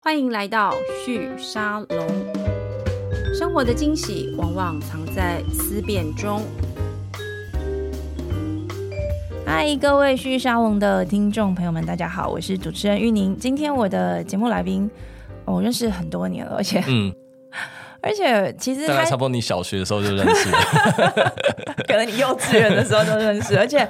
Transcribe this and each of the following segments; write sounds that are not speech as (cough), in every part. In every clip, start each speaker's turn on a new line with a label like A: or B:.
A: 欢迎来到旭沙龙。生活的惊喜往往藏在思辨中。
B: 嗨，各位旭沙龙的听众朋友们，大家好，我是主持人玉宁。今天我的节目来宾，哦我认识很多年了，而
A: (laughs)
B: 且
C: 嗯，
B: 而且其实
C: 大
B: 他
C: 概差不多你小学的时候就认识了，
B: (laughs) 可能你幼稚园的时候都认识，而且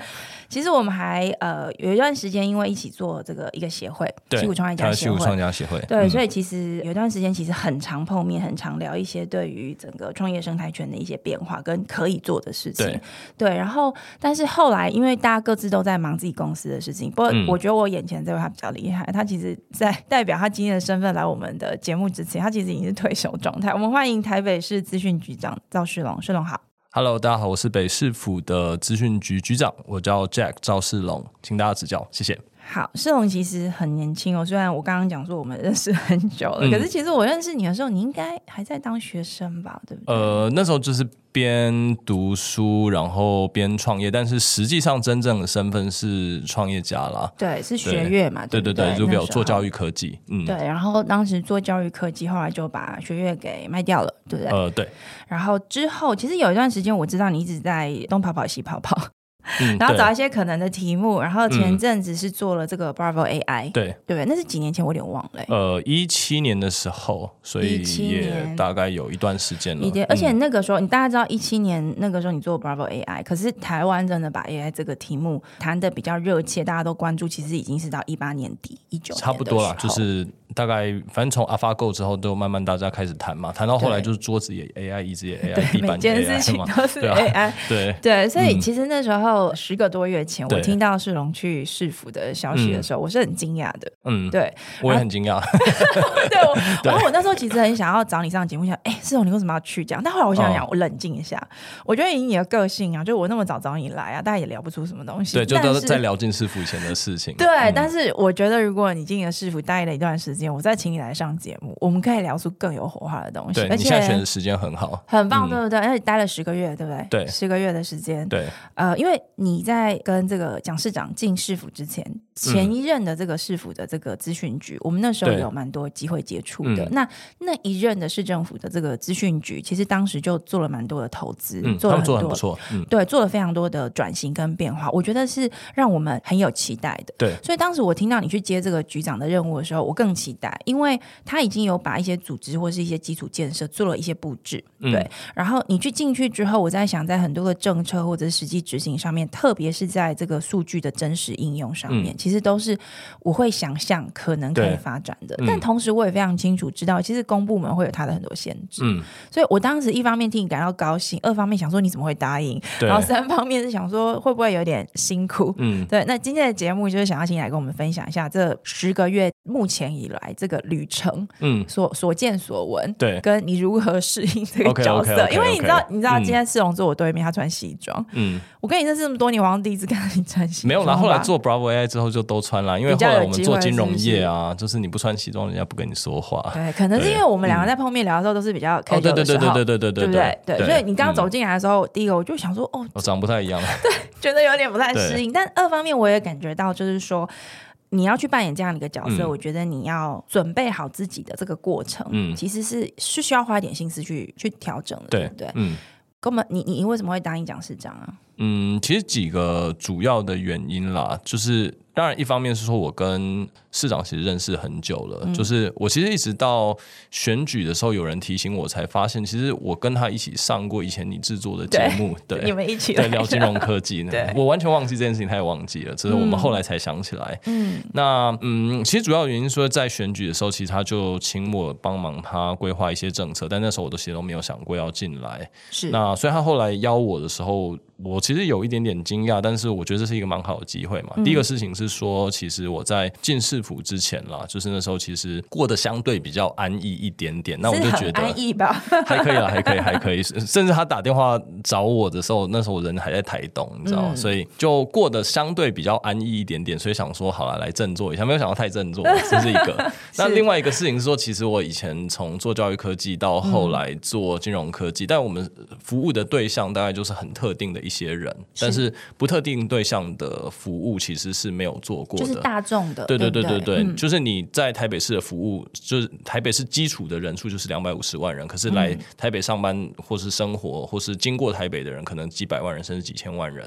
B: 其实我们还呃有一段时间因为一起做这个一个协会，
C: 对，
B: 戏骨创业
C: 台
B: 家
C: 湾
B: 协
C: 戏骨创
B: 会
C: 业。家协会，
B: 对，
C: 嗯
B: 所以其实有一段时间，其实很常碰面，很常聊一些对于整个创业生态圈的一些变化跟可以做的事情。
C: 对
B: 对，然后但是后来，因为大家各自都在忙自己公司的事情，不过
C: 嗯
B: 我觉得我眼前这位他比较厉害，他其实在代表他今天的身份来我们的节目之前，他其实已经是退休状态。我们欢迎台北市资讯局长赵世龙，世龙好。
C: ，Hello，大家好，我是北市府的资讯局局长，我叫 Jack 赵世龙，请大家指教，谢谢。
B: 好，世龙其实很年轻哦。虽然我刚刚讲说我们认识很久了，
C: 嗯
B: 可是其实我认识你的时候，你应该还在当学生吧？对不对？
C: 呃，那时候就是边读书，然后边创业，但是实际上真正的身份是创业家啦。
B: 对，是学院嘛？
C: 对
B: 对
C: 对
B: 不
C: 对
B: 对
C: ，Rubio 做教
B: 育。
C: 育科技，嗯，
B: 对，，然后当时做教育科技，后来就把学院给卖掉了，对不对？
C: 呃，对，
B: 然后之后，其实有一段时间我知道你一直在东跑跑西跑跑，
C: 嗯，
B: 然后
C: 对嗯
B: 找一些可能的题目。然后前阵子是做了这个 Bravo AI，、
C: 对，
B: 对不对？那是几年前，我有点忘了、欸。
C: 呃，一七年的时候，所以
B: 17
C: 也
B: 年
C: 大概有一段时间了
B: 一，点，而且
C: 嗯
B: 那个时候，你大家知道，一七年那个时候你做 Bravo AI，可是台湾真的把 AI 这个题目谈的比较热切，大家都关注，其实已经是到一八年底、一九
C: 差不多啦，
B: 了，
C: 就是大概反正从 AlphaGo 之后，都慢慢大家开始谈嘛，谈到后来
B: 对
C: 就是桌子也 AI，椅子也
B: 对
C: AI，地
B: 每
C: 板也
B: 件事
C: AI
B: 情
C: 嘛，
B: 都是
C: 对啊
B: AI。
C: 对，
B: 对，所以
C: 嗯
B: 其实那时候十个多月前，我
C: 对
B: 听到世龙去市府的消息的时候，我是很惊讶的。
C: 嗯，
B: 对，啊
C: 我也很惊讶，
B: 对，
C: (laughs)
B: 我然后我那时候其实很想要找你上节目，想哎，世荣你为什么要去这样？但后来我想想，
C: 哦
B: 我冷静一下，我觉得以你的个性啊，就我那么早找你来啊，大家也聊不出什么东西。
C: 对，就
B: 但
C: 都
B: 是
C: 在聊进师傅以前的事情，
B: 对，
C: 嗯
B: 但是我觉得如果你进了市府待了一段时间，我再请你来上节目，我们可以聊出更有火花的东西，
C: 对
B: 而
C: 你现在选
B: 且
C: 的时间很好，
B: 很棒，
C: 嗯
B: 对不对？而且待了十个月，对不对？
C: 对
B: 十个月的时间。
C: 对，
B: 呃，因为你在跟这个蒋市长进市府之前，前一任的这个市府的这个咨询局，我们那时候
C: 嗯对
B: 有蛮多机会接触的。
C: 嗯
B: 那那一任的市政府的这个咨询局，其实当时就做了蛮多的投资，
C: 嗯，
B: 做
C: 他
B: 了很
C: 们
B: 多
C: 做的很不错，嗯，
B: 对，做了非常多的转型跟变化，我觉得是让我们很有期待的。
C: 对
B: 所以当时我听到你去接这个局长的任务的时候，我更期待，因为他已经有把一些组织或是一些基础建设做了一些布置，
C: 嗯
B: 对。然后你去进去之后，我在想，在很多的政策或者是实际执行上面，特别是在这个数据的真实应用上面，
C: 嗯
B: 其实都是我会想象可能可以
C: 对
B: 发展的。
C: 嗯
B: 但同时，我也非常清楚知道，其实公部门会有它的很多限制，
C: 嗯，
B: 所以我当时一方面替你感到高兴，二方面想说你怎么会答应，
C: 对
B: 然，后三方面是想说会不会有点辛苦。
C: 嗯，
B: 对，那今天的节目就是想要请你来跟我们分享一下这十个月目前以来这个旅程
C: 嗯，
B: 所所见所闻，
C: 对，
B: 跟你如何适应这个
C: OK，OK，OK，
B: 角色。因为你知道
C: OK，
B: 你知道
C: 嗯
B: 今天世龙坐我对面，他穿西装。
C: 嗯，
B: 我跟你认识这么多年，我好像第一次看到你穿西装吧。
C: 没有啦。后来做 Bravo AI 之后就都穿啦，因为后来我们做金融业啊，就是你不穿西装，人家不跟你说话。
B: 对，可能是因为
C: 对
B: 我们两个在碰面聊的时候都是比较
C: 哦，
B: casual
C: 对对
B: 的时
C: 对
B: 候，
C: 对对对对
B: 对不
C: 对
B: 对？对，所以你刚刚
C: 嗯
B: 走进来的时候，第一个我就想说，哦，
C: 我长不太一样，
B: 觉得有点不太适应。但二方面我也感觉到，就是说你要去扮演这样的一个角色，
C: 嗯
B: 我觉得你要准备好自己的这个过程，
C: 嗯
B: 其实是是需要花一点心思去去调整的，对
C: 对
B: 不 (laughs) 对，？
C: 嗯。
B: 根本你你你为什么会答应讲市长啊？
C: 嗯，其实几个主要的原因啦，就是当然一方面是说我跟市长其实认识很久了，
B: 嗯
C: 就是我其实一直到选举的时候，有人提醒我，才发现其实我跟他一起上过以前你制作的节目，对。
B: (laughs) 你们一起
C: 对，
B: 来
C: 聊金
B: (laughs)
C: 融科技呢
B: 对，
C: 我完全忘记这件事情，他也忘记了，只是我们后来才想起来。
B: 嗯
C: 那嗯，其实主要原因说在选举的时候，其实他就请我帮忙他规划一些政策，但那时候我都其实都没有想过要进来。
B: 是
C: 那所以他后来邀我的时候，我其实有一点点惊讶，但是我觉得这是一个蛮好的机会
B: 嗯
C: 嘛。第一个事情是说，其实我在进市府之前啦，就是那时候其实过得相对比较安逸一点点，那我就是觉
B: 很
C: 得
B: 安。逸吧？
C: 还可以啦，还可以，还可以。甚至他打电话找我的时候，那时候我人还在台东，你知道吗？所以就过得相对比较安逸一点点，所以想说，好了，来振作一下。没有想到太振作，这是一个。那另外一个事情是说，其实我以前从做教育科技到后来做金融科技，但我们服务的对象大概就是很特定的一一些人，但是不特定对象的服务其实是没有做过
B: 就
C: 的。
B: 是大众的，
C: 对
B: 对
C: 对对对
B: 不
C: 对，嗯就是你在台北市的服务，就是台北市基础的人数就是两百五十万人，可是来台北上班或是生活或是经过台北的人，可能几百万人甚至几千万人。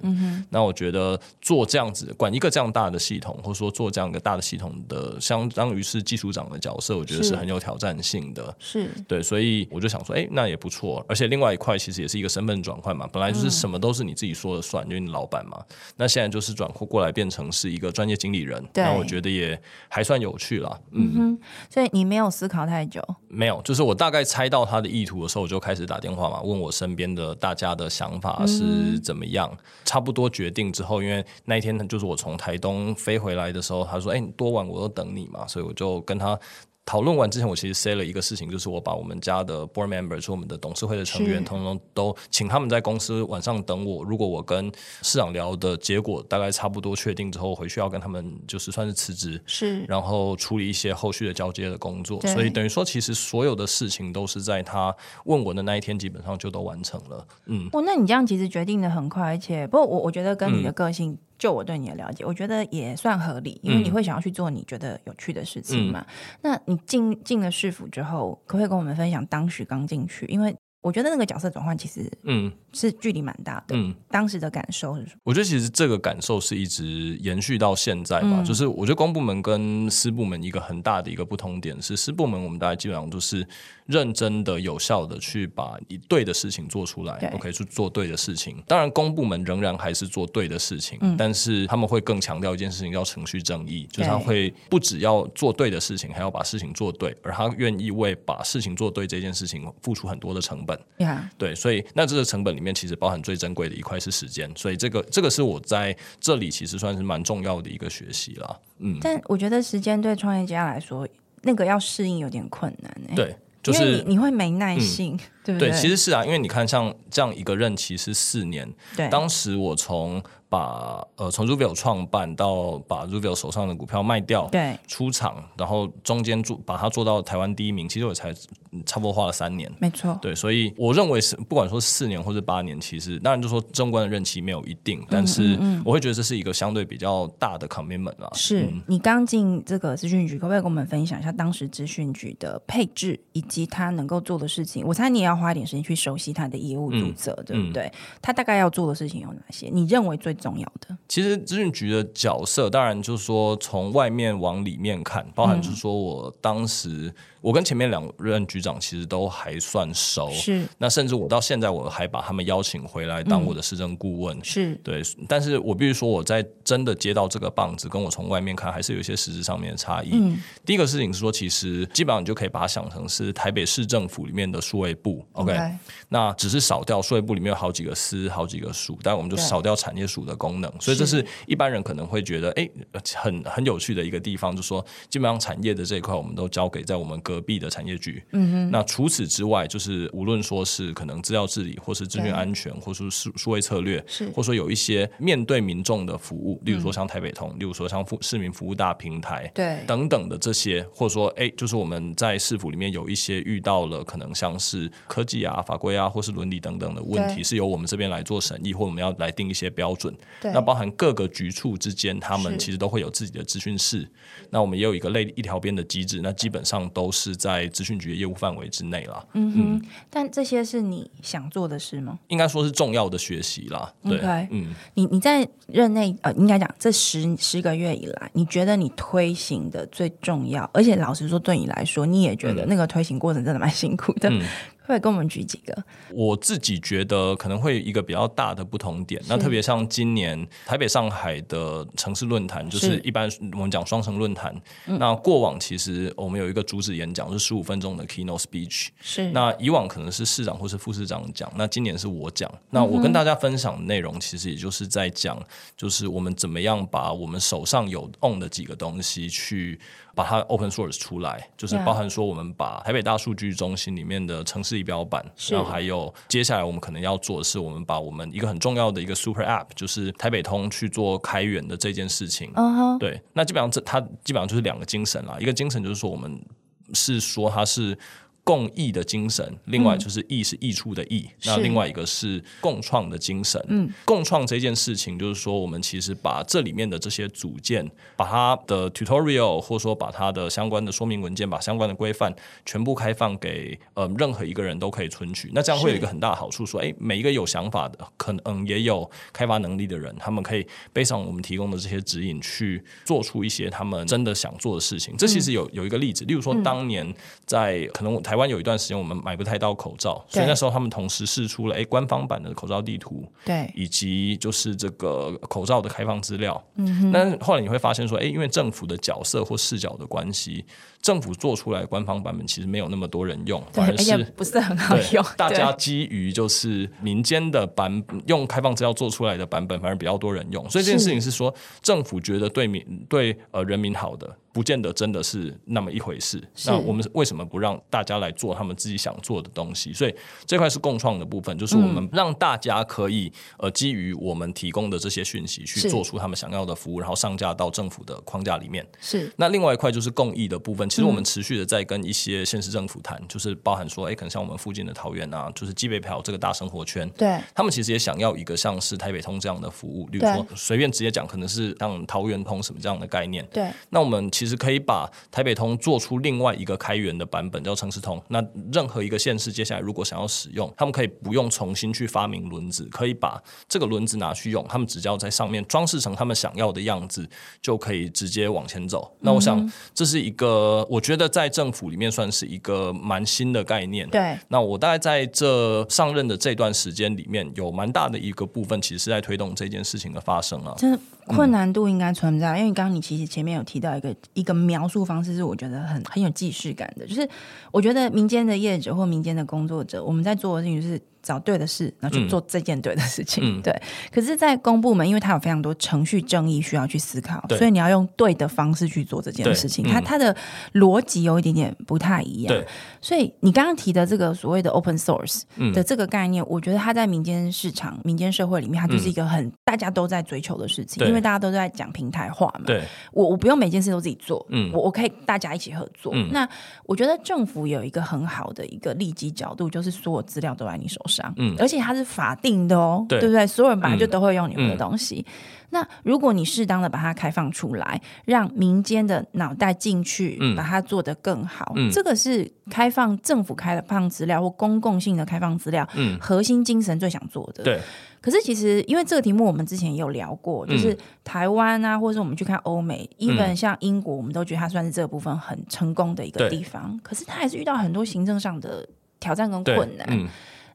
C: 那我觉得做这样子管一个这样大的系统，或者说做这样一个大的系统的，相当于是技术长的角色，我觉得
B: 是
C: 是很有挑战性的。
B: 是
C: 对，所以我就想说，哎，那也不错。而且另外一块其实也是一个身份转换嘛，本来就是什么都是你自己说了算，因为你老板嘛。那现在就是转过过来变成是一个专业经理人，
B: 对
C: 那我觉得也还算有趣啦。
B: 嗯哼，所以你没有思考太久，
C: 没有，就是我大概猜到他的意图的时候，我就开始打电话嘛，问我身边的大家的想法是怎么样。差不多决定之后，因为那一天就是我从台东飞回来的时候，他说：“哎、你多晚我都等你嘛。”所以我就跟他。讨论完之前，我其实 say 了一个事情，就是我把我们家的 board member，就是我们的董事会的成员，
B: 是
C: 通通都请他们在公司晚上等我。如果我跟市长聊的结果大概差不多确定之后，回去要跟他们就是算是辞职，
B: 是
C: 然后处理一些后续的交接的工作，
B: 对
C: 所以等于说，其实所有的事情都是在他问我的那一天，基本上就都完成了。嗯，
B: 哦，那你这样其实决定的很快，而且不过我我觉得跟你
C: 嗯
B: 的个性，就我对你的了解，我觉得也算合理，因
C: 嗯
B: 为你会想要去做你觉得有趣的事情嘛。那你进进了市府之后，可不可以跟我们分享当时刚进去？因为我觉得那个角色转换其实
C: 嗯
B: 是距离蛮大的，
C: 嗯，
B: 当时的感受是什么？
C: 我觉得其实这个感受是一直延续到现在
B: 嗯
C: 吧。就是我觉得公部门跟私部门一个很大的一个不同点是，私部门我们大家基本上都是认真的、有效的去把一对的事情做出来
B: 对
C: ，OK，去做对的事情。当然，公部门仍然还是做对的事情，
B: 嗯
C: 但是他们会更强调一件事情，叫程序正义，就是他
B: 对
C: 会不只要做对的事情，还要把事情做对，而他愿意为把事情做对这件事情付出很多的成本。
B: 呀、
C: 对，所以那这个成本里面其实包含最珍贵的一块是时间，所以这个这个是我在这里其实算是蛮重要的一个学习啦。嗯，
B: 但我觉得时间对创业家来说，那个要适应有点困难、欸，，
C: 对，就
B: 因为
C: 是嗯
B: 你你会没耐性，对不
C: 对，
B: 对
C: 其实是啊，因为你看像这样一个任期是四年，
B: 对
C: 当时我从把呃从 Ruvio 创办到把 Ruvio 手上的股票卖掉，
B: 对
C: 出场，然后中间做把它做到台湾第一名，其实我才嗯差不多花了三年。
B: 没错，
C: 对，所以我认为是不管说四年或者八年，其实当然就说正官的任期没有一定，但是我会觉得这是一个相对比较大的 commitment 啦。
B: 嗯是你刚进这个资讯局，可不可以跟我们分享一下当时资讯局的配置以及他能够做的事情？我猜你也要花一点时间去熟悉他的业务主责，对不对？他大概要做的事情有哪些？你认为最重要的？
C: 其实资讯局的角色，当然就是说从外面往里面看，包含
B: 嗯
C: 就是说我当时我跟前面两任局长其实都还算熟，
B: 是嗯
C: 那甚至我到现在我还把他们邀请回来当我的市政顾问，
B: 是，
C: 对，但是我必须说，我在真的接到这个棒子，跟我从外面看，还是有一些实质上面的差异。第一个事情是说，其实基本上你就可以把它想成是台北市政府里面的数位部，OK，, 那只是少掉数位部里面有好几个司、好几个署，但我们就
B: 对
C: 少掉产业署的功能，所以这
B: 是
C: 是一般人可能会觉得，哎，很很有趣的一个地方，就说基本上产业的这一块，我们都交给在我们隔壁的产业局，
B: 嗯
C: 那除此之外，就是无论说是可能资料治理，或是资讯安全，或是数数位策略，
B: 是嗯
C: 或者说有一些面对民众的服务，例如说像台北通，例如说像服市民服务大平台。
B: 对
C: 等等的这些，或者说，哎，就是我们在市府里面有一些遇到了可能像是科技啊、法规啊，或是伦理等等的问题，
B: 对
C: 是由我们这边来做审议，或我们要来定一些标准。
B: 对
C: 那包含各个局处之间，他们
B: 是
C: 其实都会有自己的资讯室。那我们也有一个类一条边的机制，那基本上都是在资讯局的业务范围之内啦。
B: 嗯哼。但这些是你想做的事吗？
C: 应该说是重要的学习啦。对
B: OK
C: 嗯，
B: 你你在任内呃，应该讲这十十个月以来，你觉得你推行的最重要，而且老实说，对你来说，你也觉得那个推行过程真的蛮辛苦的。会跟我们举几个？
C: 我自己觉得可能会一个比较大的不同点。那特别像今年台北、上海的城市论坛，就是
B: 是
C: 一般我们讲双城论坛。那过往其实我们有一个主旨演讲，是十五分钟的 keynote speech。
B: 是
C: 那以往可能是市长或是副市长讲，那今年是我讲。那我跟大家分享的内容，其实也就是在讲，就是我们怎么样把我们手上有 on 的几个东西去把它 open source 出来，就是包含说我们把台北大数据中心里面的城市仪表板，
B: 是
C: 然后还有接下来我们可能要做的是，我们把我们一个很重要的一个 super app，就是台北通去做开源的这件事情。
B: 嗯哼，
C: 对，那基本上这它基本上就是两个精神啦，一个精神就是说我们是说它是共益的精神，另外就是益是益处的益，那另外一个是共创的精神。嗯，共创这件事情，就是说我们其实把这里面的这些组件，把它的 tutorial 或者说把它的相关的说明文件，把相关的规范全部开放给呃任何一个人都可以存取。那这样会有一个很大的好处，说哎，每一个有想法的，可能嗯也有开发能力的人，他们可以背上我们提供的这些指引，去做出一些他们真的想做的事情。这其实有有一个例子，例如说当年在可能我台湾有一段时间我们买不太到口罩，所以
B: 对
C: 那时候他们同时试出了哎官方版的口罩地图，
B: 对，
C: 以及就是这个口罩的开放资料。嗯，但是后来你会发现说，哎，因为政府的角色或视角的关系，政府做出来的官方版本其实没有那么多人用，
B: 对，哎
C: 反
B: 而
C: 而
B: 且
C: 是。
B: 不是很好
C: 对
B: 用，，
C: 大
B: 对
C: 家基于就是民间的版用开放资料做出来的版本，反而比较多人用。所以这件事情是说，政府觉得对民对呃人民好的，不见得真的是那么一回事。那我们为什么不让大家来做他们自己想做的东西？所以这块是共创的部分，就是我
B: 嗯
C: 们让大家可以呃基于我们提供的这些讯息去
B: 是
C: 做出他们想要的服务，然后上架到政府的框架里面。
B: 是
C: 那另外一块就是共益的部分，其实我
B: 嗯
C: 们持续的在跟一些县市政府谈，就是包含说，哎，可能像我们附近的桃园啊，就是基北漂这个大生活圈。
B: 对
C: 他们其实也想要一个像是台北通这样的服务，例如
B: 对
C: 说随便直接讲，可能是像桃园通什么这样的概念。
B: 对
C: 那我们其实可以把台北通做出另外一个开源的版本，叫城市通。那任何一个县市接下来如果想要使用，他们可以不用重新去发明轮子，可以把这个轮子拿去用，他们只要在上面装饰成他们想要的样子，就可以直接往前走。那我
B: 嗯
C: 想这是一个，我觉得在政府里面算是一个蛮新的概念。
B: 对
C: 那我大概在这上任的这段时间里面，有蛮大的一个部分，其实是在推动这件事情的发生啊。
B: 真的困难度应该存在，因为刚刚你其实前面有提到一个一个描述方式，是我觉得很很有既视感的，就是我觉得民间的业者或民间的工作者，我们在做的事情就是找对的事，然后去
C: 嗯
B: 做这件对的事情，
C: 嗯
B: 对。可是，在公部门，因为它有非常多程序正义需要去思考，
C: 对
B: 所以你要用对的方式去做这件
C: 对
B: 事情，
C: 嗯
B: 它它的逻辑有一点点不太一样
C: 对。
B: 所以你刚刚提的这个所谓的 open source
C: 嗯
B: 的这个概念，我觉得它在民间市场、民间社会里面，它就是一个很大家都在追求的事情，
C: 嗯对
B: 因为大家都在讲平台化嘛。
C: 对，
B: 我我不用每件事都自己做，
C: 嗯
B: 我我可以大家一起合作。
C: 嗯
B: 那我觉得政府有一个很好的一个利基角度，就是所有资料都在你手上，
C: 嗯
B: 而且它是法定的哦，
C: 对
B: 不对？所有人本来就
C: 嗯
B: 都会用你们的东西。那如果你适当的把它开放出来，让民间的脑袋进去，
C: 嗯
B: 把它做得更好，
C: 嗯
B: 这个是开放政府开放资料或公共性的开放资料，
C: 嗯
B: 核心精神最想做的。
C: 对，
B: 可是其实，因为这个题目我们之前也有聊过，
C: 嗯
B: 就是台湾啊，或者是我们去看欧美、e v e n 像英国，我们都觉得它算是这个部分很成功的一个
C: 对
B: 地方。可是它还是遇到很多行政上的挑战跟
C: 对，
B: 困难。
C: 嗯。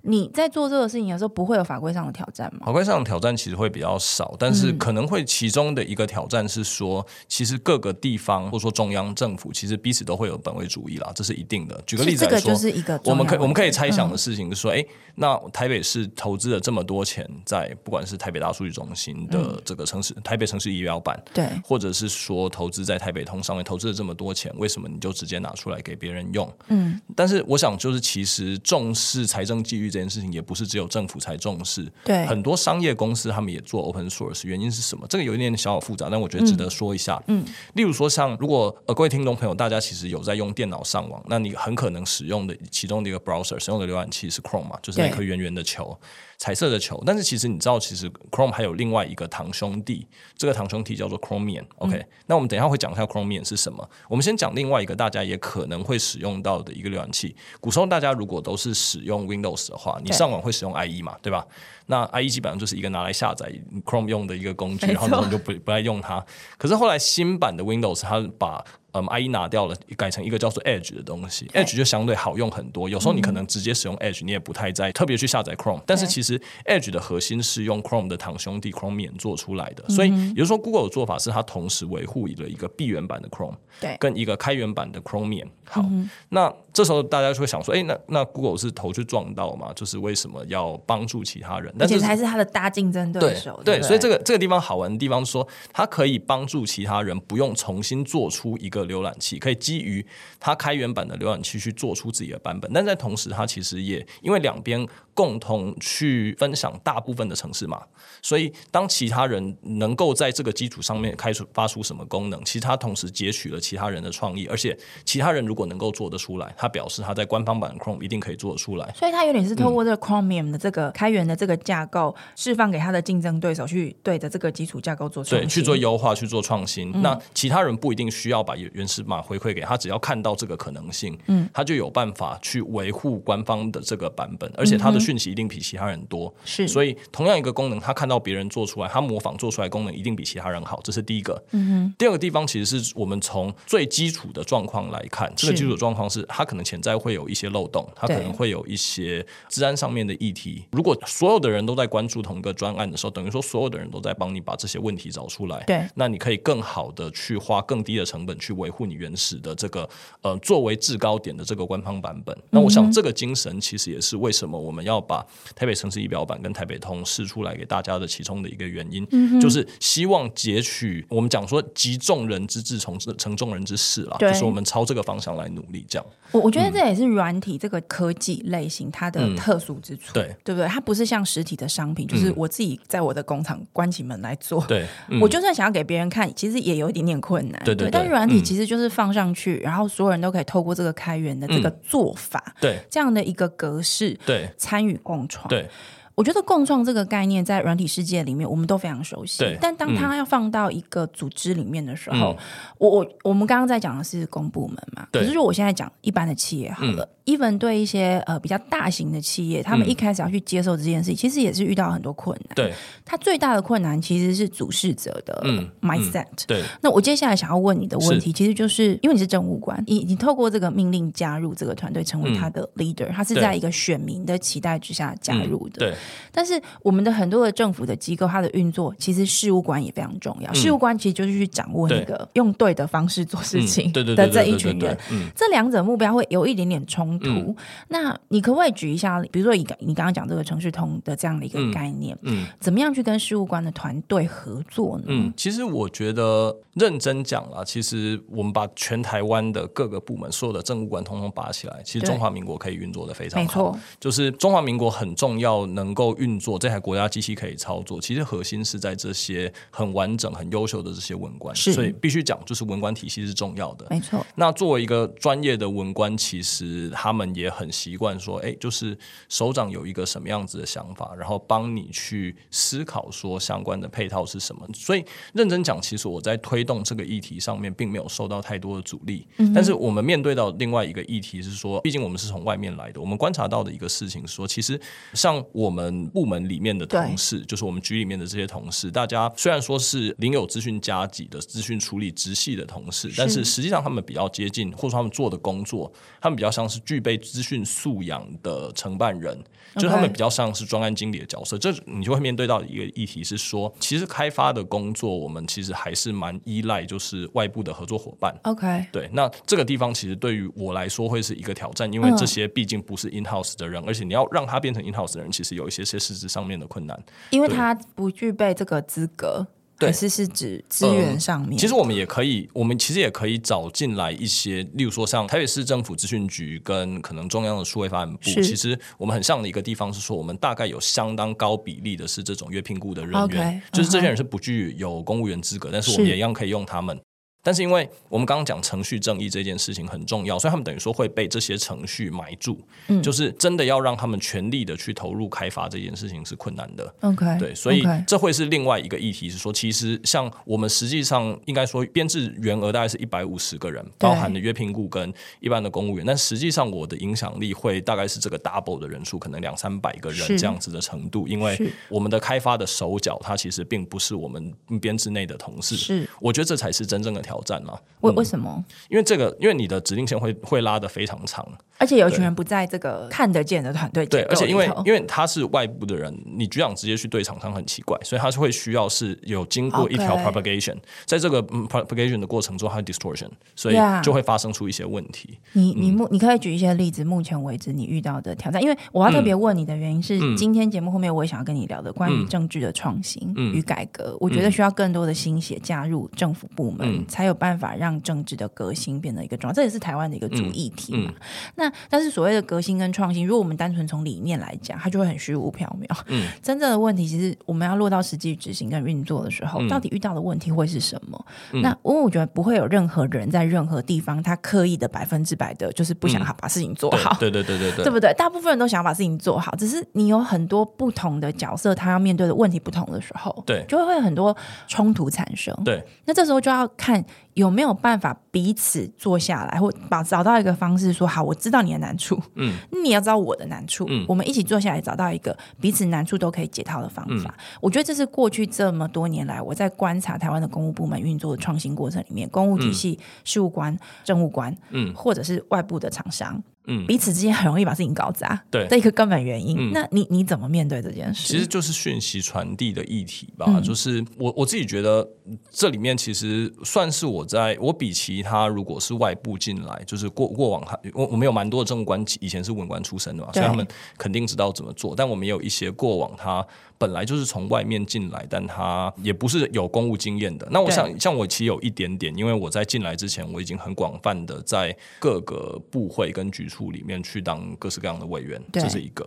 B: 你在做这个事情的时候，不会有法规上的挑战吗？
C: 法规上的挑战其实会比较少，但是
B: 嗯
C: 可能会其中的一个挑战是说，其实各个地方或者说中央政府其实彼此都会有本位主义啦，这是一定的。举个例子
B: 这
C: 来
B: 个
C: 说，
B: 就是一个
C: 我们
B: 重
C: 可
B: 要的
C: 我们可以猜想
B: 嗯
C: 的事情是说，哎、那台北市投资了这么多钱在不管是台北大数据中心
B: 嗯
C: 的这个城市、台北城市仪表板，
B: 对
C: 或者是说投资在台北通上面投资了这么多钱，为什么你就直接拿出来给别人用？嗯，但是我想就是其实重视财政纪律这件事情，也不是只有政府才重视，
B: 对
C: 很多商业公司他们也做 open source，原因是什么？这个有一点点小小复杂，但我觉得值得说一下。嗯，例如说像如果呃各位听众朋友，大家其实有在用电脑上网，那你很可能使用的其中的一个 browser 使用的浏览器是 Chrome 嘛，就是那
B: 对
C: 颗圆圆的球。彩色的球，但是其实你知道，其实 Chrome 还有另外一个堂兄弟，这个堂兄弟叫做 Chromium。OK，、那
B: 嗯
C: 我们等一下会讲一下 Chromium 是什么。我们先讲另外一个大家也可能会使用到的一个浏览器。古时候大家如果都是使用 Windows 的话，你
B: 对
C: 上网会使用 IE 嘛，对吧？那 IE 基本上就是一个拿来下载 Chrome 用的一个工具，
B: 没
C: 然
B: 错
C: 后你就不不爱用它。可是后来新版的 Windows 它把嗯，IE 拿掉了，改成一个叫做 Edge 的东西，Edge 就相对好用很多。有时候你可
B: 嗯
C: 能直接使用 Edge，你也不太在特别去下载 Chrome，但是其实 Edge 的核心是用 Chrome 的堂兄弟 Chromium 做出来
B: 嗯
C: 的，所以也就是说，Google 的做法是它同时维护了一个闭源版的 Chrome，
B: 对
C: 跟一个开源版的 Chromium。好，
B: 嗯
C: 那这时候大家就会想说，哎，那那 Google 是头去撞到嘛？就是为什么要帮助其他人？
B: 而
C: 但
B: 且
C: 是
B: 还是它的大竞争对手。对
C: 对，
B: 不对，
C: 所以这个这个地方好玩的地方是说，它可以帮助其他人不用重新做出一个的浏览器，可以基于它开源版的浏览器去做出自己的版本。但在同时，它其实也因为两边共同去分享大部分的城市码，所以当其他人能够在这个基础上面开出发出什么功能，其实它同时截取了其他人的创意，而且其他人如果能够做得出来，它表示它在官方版 Chrome 一定可以做得出来。
B: 所以它有点是
C: 嗯
B: 透过这个 Chromium 的这个开源的这个架构，释放给它的竞争对手去对着这个基础架构做创新嗯
C: 对，去做优化，去做创新。那其他人不一定需要把原原始码回馈给他，只要看到这个可能性，嗯，他就有办法去维护官方的这个版本，而且他
B: 嗯
C: 的讯息一定比其他人多。
B: 是
C: 所以同样一个功能，他看到别人做出来，他模仿做出来的功能一定比其他人好，这是第一个。嗯哼。第二个地方其实是我们从最基础的状况来看，这个
B: 是
C: 基础状况是它可能潜在会有一些漏洞，它可
B: 对
C: 能会有一些治安上面的议题。如果所有的人都在关注同一个专案的时候，等于说所有的人都在帮你把这些问题找出来。
B: 对
C: 那你可以更好的去花更低的成本去维护你原始的这个呃作为制高点的这个官方版
B: 嗯
C: 本。那我想这个精神其实也是为什么我们要把台北城市仪表板跟台北通试出来给大家的其中的一个原因，
B: 嗯
C: 就是希望截取我们讲说集众人之智，从成众人之事啦，
B: 对
C: 就是我们朝这个方向来努力这样。
B: 我我觉得这也是软体这个科技类型它的
C: 嗯
B: 特殊之处，
C: 对
B: 对不对？它不是像实体的商品，就是我自己在我的工厂关起门来做。
C: 嗯对，嗯
B: 我就算想要给别人看，其实也有一点点困难。
C: 对对对
B: 但是软体
C: 嗯
B: 其实就是放上去，然后所有人都可以透过这个开源的这
C: 嗯
B: 个做法，
C: 对
B: 这样的一个格式
C: 对
B: 参与共创。
C: 对
B: 我觉得共创这个概念在软体世界里面我们都非常熟悉
C: 对，嗯
B: 但当它要放到一个组织里面的时候，我我我们刚刚在讲的是公部门嘛，
C: 对嗯
B: 可是如果我现在讲一般的企业好了、e v e n 对一些呃比较大型的企业，他们一开始要去接受这件事情，其实也是遇到很多困难。
C: 对
B: 它最大的困难其实是主事者的
C: 嗯
B: 呃 mindset。
C: 对，
B: 那我接下来想要问你的问题，其实就是因为你是政务官，你你透过这个命令加入这个团队，成为他的 leader，、他是
C: 嗯对嗯
B: 在一个选民的期待之下加入的。
C: 对
B: 但是我们的很多的政府的机构，它的运作其实事务官也非常重要。
C: 嗯
B: 事务官其实就是去掌握那个用对的方式做事情
C: 嗯对对
B: 的
C: 对
B: 这
C: 对
B: 一
C: 对
B: 群
C: 对嗯
B: 人
C: 对，嗯
B: 这两者目标会有一点点冲突。那你可不可以举一下，比如说你刚你刚刚讲这个城市通的这样的一个概念，
C: 嗯。
B: 怎么样去跟事务官的团队合作呢？
C: 嗯，其实我觉得认真讲啦，其实我们把全台湾的各个部门所有的政务官通通拔起来，其实
B: 对
C: 中华民国可以运作的非常
B: 没
C: 好。
B: 错，
C: 就是中华民国很重要，能够运作这台国家机器可以操作，其实核心是在这些很完整、很优秀的这些文官，
B: 是
C: 所以必须讲，就是文官体系是重要的。
B: 没错，
C: 那作为一个专业的文官，其实他们也很习惯说，哎，就是首长有一个什么样子的想法，然后帮你去思考说相关的配套是什么。所以认真讲，其实我在推动这个议题上面，并没有受到太多的阻力。但是我们面对到另外一个议题是说，毕竟我们是从外面来的，我们观察到的一个事情是说，其实像我们部门里面的同事，就是我们局里面的这些同事，大家虽然说是领有资讯加级的资讯处理直系的同事，但是实际上他们比较接近，或者说他们做的工作，他们比较像是具备资讯素养的承办人，就是他们
B: OK
C: 比较像是专案经理的角色。这你就会面对到一个议题是说，其实开发的工作，我们其实还是蛮依赖就是外部的合作伙伴。
B: OK，
C: 对，那这个地方其实对于我来说会是一个挑战，因为
B: 嗯
C: 这些毕竟不是 in house 的人，而且你要让他变成 in house 的人，其实有一些些实质上面的困难。
B: 因为
C: 对
B: 他不具备这个资格，
C: 对嗯
B: 还是是指资源上面？
C: 其实我们也可以，我们其实也可以找进来一些，例如说像台北市政府资讯局跟可能中央的数位发展部，
B: 是
C: 其实我们很像的一个地方是说，我们大概有相当高比例的是这种月聘雇的人
B: OK，
C: 员
B: 嗯哼
C: 就是这些人是不具有公务员资格，但是我们
B: 是
C: 也一样可以用他们。但是因为我们刚刚讲程序正义这件事情很重要，所以他们等于说会被这些程序埋住，
B: 嗯
C: 就是真的要让他们全力的去投入开发这件事情是困难的。
B: OK，
C: 对，所以
B: 哎 OK
C: 这会是另外一个议题，是说，其实像我们实际上应该说编制员额大概是一百五十个人，包含了约聘雇跟一般的公务员，但实际上我的影响力会大概是这个 double 的人数，可能两三百个人
B: 是
C: 这样子的程度，因为
B: 是
C: 我们的开发的手脚，它其实并不是我们编制内的同事，
B: 是
C: 我觉得这才是真正的挑战嘛，
B: 为为什么？
C: 因为这个，因为你的指令线会会拉得非常长，
B: 而且有一群人不在这个看得见的团队
C: 对，
B: 结构
C: 而且因为嗯
B: 里头
C: 因为他是外部的人，你局长直接去对厂商很奇怪，所以他是会需要是有经过
B: OK
C: 一条 propagation，在这个嗯 propagation 的过程中，它有 distortion，所以
B: Yeah
C: 就会发生出一些问题。
B: 你你目你可以举一些例子，目前为止你遇到的挑战，因为我要特别问你的原因是，
C: 嗯
B: 今天节目后面我也想要跟你聊的关
C: 嗯嗯
B: 于政治的创新与改革，我觉得需要更多的心血加入政府部门，才有办法让政治的革新变得一个重要，这也是台湾的一个主议题嘛。
C: 嗯
B: 那但是所谓的革新跟创新，如果我们单纯从理念来讲，它就会很虚无缥缈。
C: 嗯
B: 真正的问题，其实我们要落到实际执行跟运作的时候，
C: 嗯
B: 到底遇到的问题会是什么？
C: 嗯
B: 那因为我觉得不会有任何人在任何地方，他刻意的百分之百的，就是不想
C: 嗯
B: 好把事情做
C: 对
B: 好。
C: 对对对对对，
B: 对不对？大部分人都想要把事情做好，只是你有很多不同的角色，他要面对的问题不同的时候，
C: 对
B: 就会有很多冲突产生。
C: 对，
B: 那这时候就要看有没有办法彼此坐下来，或把找到一个方式说，好，我知道你的难处，
C: 嗯，
B: 你也知道我的难处，
C: 嗯
B: 我们一起坐下来找到一个彼此难处都可以解套的方法。
C: 嗯
B: 我觉得这是过去这么多年来我在观察台湾的公务部门运作的创新过程里面，公务体系、事务官、政务官，
C: 嗯
B: 或者是外部的厂商，
C: 嗯
B: 彼此之间很容易把事情搞砸，
C: 对
B: 的一个根本原因。
C: 嗯
B: 那你你怎么面对这件事？
C: 其实就是讯息传递的议题吧。
B: 嗯
C: 就是我我自己觉得这里面其实算是我在我比其他如果是外部进来，就是过过往还我我们有蛮多的政务官以前是文官出身的嘛，
B: 对
C: 所以他们肯定知道怎么做。但我们也有一些过往他本来就是从外面进来，但他也不是有公务经验的。那我
B: 对
C: 想像我其实有一点点，因为我在进来之前我已经很广泛的在各个部会跟局处里面去当各式各样的委员，
B: 对
C: 这是一个。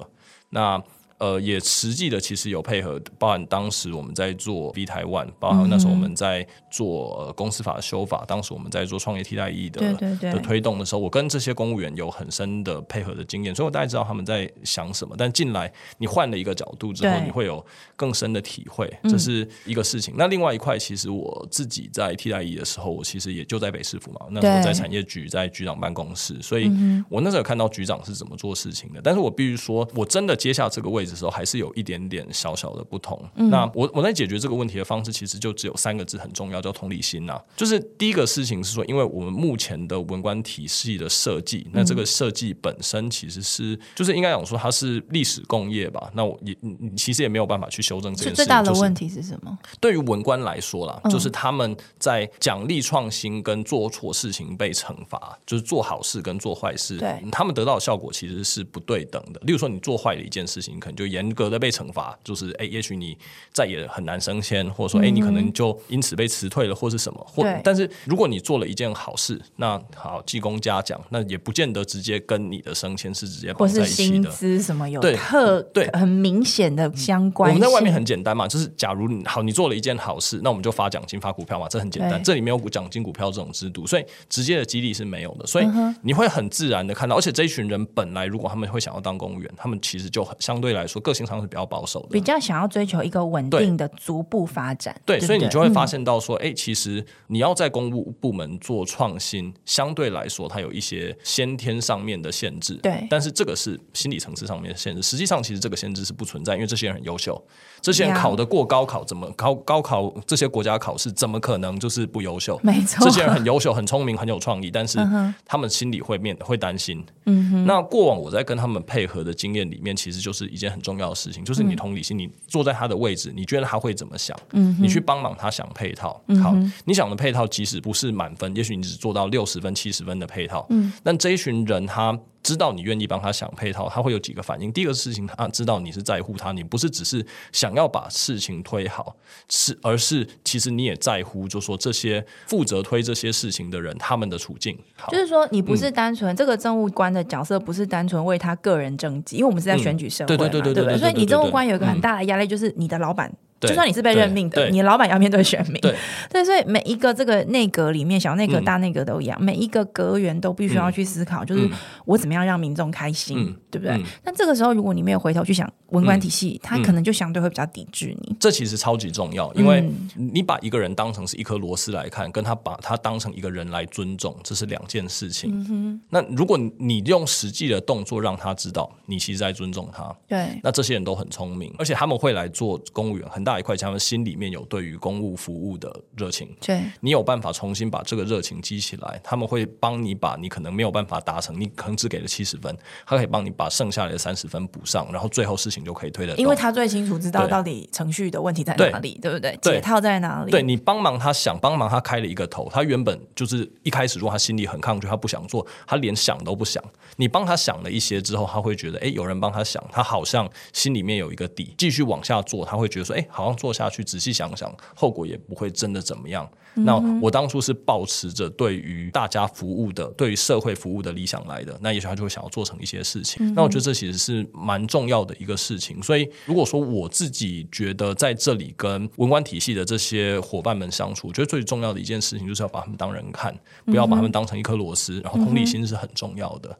C: 那呃，也实际的其实有配合，包含当时我们在做 B 台 One，包含那时候我
B: 嗯
C: 们在做、呃、公司法的修法，当时我们在做创业替代役的
B: 对对对
C: 的推动的时候，我跟这些公务员有很深的配合的经验，所以我大概知道他们在想什么。但进来你换了一个角度之后
B: 对，嗯
C: 你会有更深的体会，这是一个事情。那另外一块，其实我自己在替代役的时候，我其实也就在北市府嘛，那时候
B: 对
C: 在产业局，在局长办公室，所以
B: 嗯
C: 我那时候有看到局长是怎么做事情的。但是我必须说，我真的接下这个位置的时候，还是有一点点小小的不同。
B: 嗯
C: 那我我在解决这个问题的方式，其实就只有三个字很重要，叫同理心呐、就是第一个事情是说，因为我们目前的文官体系的设计，那
B: 嗯
C: 这个设计本身其实是，就是应该讲说它是历史工业吧。那我也你你其实也没有办法去修正这
B: 是
C: 件事情。
B: 最大的
C: 就是
B: 问题是什么？
C: 对于文官来说啦，
B: 嗯
C: 就是他们在奖励创新跟做错事情被惩罚，就是做好事跟做坏事，
B: 对
C: 他们得到的效果其实是不对等的。例如说，你做坏了一件事情，可能就严格的被惩罚，就是哎，也许你再也很难升迁，或者说哎，你可能就因此被辞退了，或是什么。或
B: 嗯对
C: 但是如果你做了一件好事，那好记功嘉奖，那也不见得直接跟你的升迁是直接
B: 或
C: 绑在
B: 是
C: 一起
B: 薪
C: 的。
B: 资什么有
C: 对
B: 特
C: 对嗯
B: 很明显的相关
C: 我
B: 性？
C: 们在外面很简单嘛，就是假如你好，你做了一件好事，那我们就发奖金、发股票嘛，这很简单。
B: 对
C: 这里没有股奖金、股票这种制度，所以直接的激励是没有的。所以
B: 嗯
C: 你会很自然的看到，而且这一群人本来如果他们会想要当公务员，他们其实就很相对来说个性上是比较保守的
B: 比。较想要追求一个稳定的逐步发展，
C: 对，
B: 不嗯
C: 所以你就会发现到说，哎、其实你要在公务部门做创新，相对来说它有一些先天上面的限制。
B: 对
C: 但是这个是心理层次上面的限制。实际上，其实这个限制是不存在，因为这些人很优秀，这些人
B: 呀
C: 考得过高考，怎么高高考这些国家考试，怎么可能就是不优秀？
B: (laughs) 没错
C: 这些人很优秀、很聪明、很有创意，但是他们心里会面会担心。嗯哼，那过往我在跟他们配合的经验里面，其实就是一件很重要的事情，就是你同理心，你坐在他的位置，你觉得他会怎么想？嗯，你去帮忙他想配套。好，你想的配套即使不是满分，也许你只做到六十分、七十分的配套，嗯，但这一群人他。知道你愿意帮他想配套，他会有几个反应。第一个事情，他知道你是在乎他，你不是只是想要把事情推好，是而是其实你也在乎，就说这些负责推这些事情的人他们的处境。好，嗯
B: 就是说，你不是单纯、这个政务官的角色，不是单纯为他个人政绩，因为我们是在选举社会嘛，
C: 嗯对对对
B: 不
C: 对对对
B: 所以你
C: 对对
B: 政务
C: 对
B: 官有一个很
C: 嗯
B: 大的压力，就是你的老板。就
C: 对
B: 算你是被任命
C: 对
B: 的，
C: 对
B: 你的老板要面对选民，
C: 对
B: (laughs) 对，所以每一个这个内阁里面，小内阁、
C: 嗯
B: 大内阁都一样，每一个阁员都必须要去思考，就是
C: 嗯
B: 我怎么样让民众开心，
C: 嗯
B: 对不对？
C: 嗯
B: 那这个时候，如果你没有回头去想文官
C: 嗯
B: 体系，他
C: 嗯
B: 可能就相对会比较抵制你，
C: 这其实超级重要，因为
B: 嗯
C: 你把一个人当成是一颗螺丝来看，跟他把他当成一个人来尊重，这是两件事情。
B: 嗯
C: 那如果你你用实际的动作让他知道你其实在尊重他，
B: 对，
C: 那这些人都很聪明，而且他们会来做公务员，很大一块他们心里面有对于公务服务的热情。
B: 对，
C: 你有办法重新把这个热情激起来，他们会帮你把你可能没有办法达成，你可能只给了七十分，他可以帮你把剩下来的三十分补上，然后最后事情就可以推得动。
B: 因为他最清楚知道
C: 对
B: 到底程序的问题在哪里，对不对？
C: 对
B: 解套在哪里？
C: 对你帮忙他想，帮忙他开了一个头。他原本就是一开始，如果他心里很抗拒，他不想做，他连想都不想。你帮他想了一些之后，他会觉得，哎，有人帮他想，他好像心里面有一个底，继续往下做，他会觉得说，哎，好像做下去，仔细想想，后果也不会真的怎么样。那
B: 嗯
C: 我当初是保持着对于大家服务的、对于社会服务的理想来的，那也许他就会想要做成一些事情。那我觉得这其实是蛮重要的一个事情。所以，如果说我自己觉得在这里跟文官体系的这些伙伴们相处，我觉得最重要的一件事情就是要把他们当人看，不要把他们当成一颗螺丝。然后，同理心是很重要的。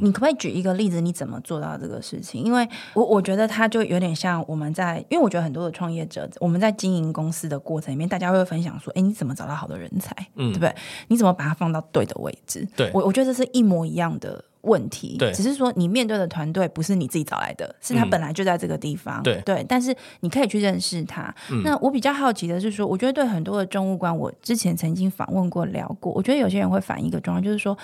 B: 你可不可以举一个例子，你怎么做到这个事情？因为我我觉得它就有点像我们在，因为我觉得很多的创业者，我们在经营公司的过程里面，大家会分享说，哎，你怎么找到好的人才，对不对？你怎么把它放到对的位置？
C: 嗯对
B: 我我觉得这是一模一样的。问题，
C: 对嗯
B: 只是说你面对的团队不是你自己找来的，是他本来就在这个地方，
C: 对嗯
B: 但是你可以去认识他。那我比较好奇的是说，我觉得对很多的政务官，我之前曾经访问过聊过，我觉得有些人会反映一个状况，就是说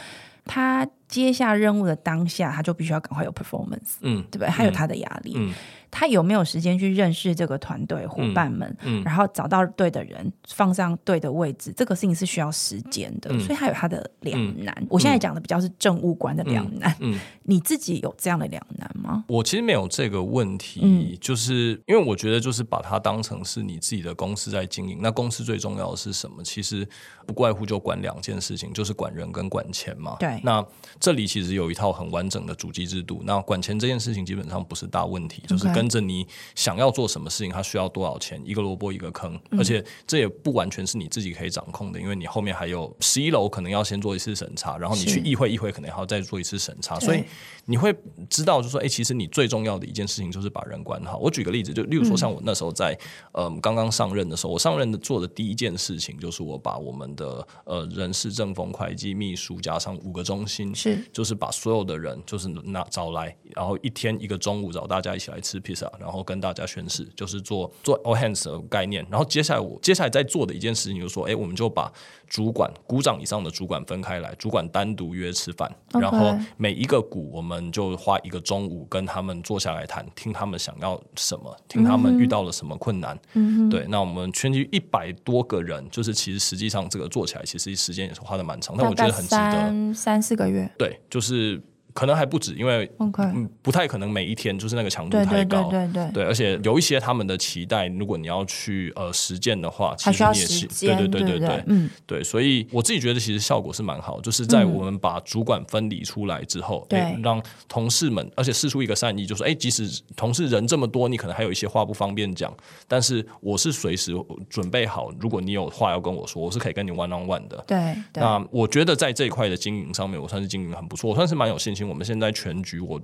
B: 他接下任务的当下，他就必须要赶快有 performance，
C: 嗯
B: 对不对？他有他的压力，
C: 嗯
B: 他有没有时间去认识这个团队伙伴们，
C: 嗯
B: 然后找到对的人，放上对的位置，这个事情是需要时间的，
C: 嗯
B: 所以他有他的两难。我现在讲的比较是政务官的两难，
C: 嗯嗯
B: 你自己有这样的两难吗？嗯
C: 我其实没有这个问题，就是因为我觉得就是把它当成是你自己的公司在经营。那公司最重要的是什么？其实不外乎就管两件事情，就是管人跟管钱嘛。
B: 对
C: 那这里其实有一套很完整的主机制度。那管钱这件事情基本上不是大问题，就是跟着你想要做什么事情，它需要多少钱，一个萝卜一个坑。
B: 嗯
C: 而且这也不完全是你自己可以掌控的，因为你后面还有十一楼可能要先做一次审查，然后你
B: 是
C: 去议会，议会可能还要再做一次审查，
B: 对
C: 所以。你会知道，就是说，哎、其实你最重要的一件事情就是把人管好。我举个例子，就例如说，像我那时候在，嗯、刚刚上任的时候，我上任的做的第一件事情就是我把我们的呃人事、政风、会计、秘书加上五个中心，
B: 是
C: 就是把所有的人就是拿找来，然后一天一个中午找大家一起来吃披萨，然后跟大家宣誓，就是做做 all hands 的概念。然后接下来我接下来在做的一件事情就是说，哎，我们就把主管、股长以上的主管分开来，主管单独约吃饭，
B: OK
C: 然后每一个股我们就花一个中午跟他们坐下来谈，听他们想要什么，听他们遇到了什么困难。
B: 嗯
C: 对，那我们圈去一百多个人，就是其实实际上这个做起来其实时间也是花的蛮长，但我觉得很值得。
B: 三四个月
C: 对，就是可能还不止，因为
B: ，OK，
C: 嗯，不太可能每一天就是那个强度
B: 对对
C: 太高。
B: 对对对。
C: 对，而且有一些他们的期待，如果你要去呃实践的话，
B: 还
C: 其
B: 需
C: 实
B: 要
C: 你也
B: 时
C: 是
B: 间，
C: 对对
B: 不
C: 对对
B: 嗯，
C: 对，所以我自己觉得其实效果是蛮好，就是在我们把主管分离出来之后，
B: 对
C: 诶让同事们，而且试出一个善意，就是哎，诶即使同事人这么多，你可能还有一些话不方便讲，但是我是随时准备好，如果你有话要跟我说，我是可以跟你 one on one 的。
B: 对对，
C: 那我觉得在这一块的经营上面，我算是经营得很不错，我算是蛮有信心。我们现在全局，我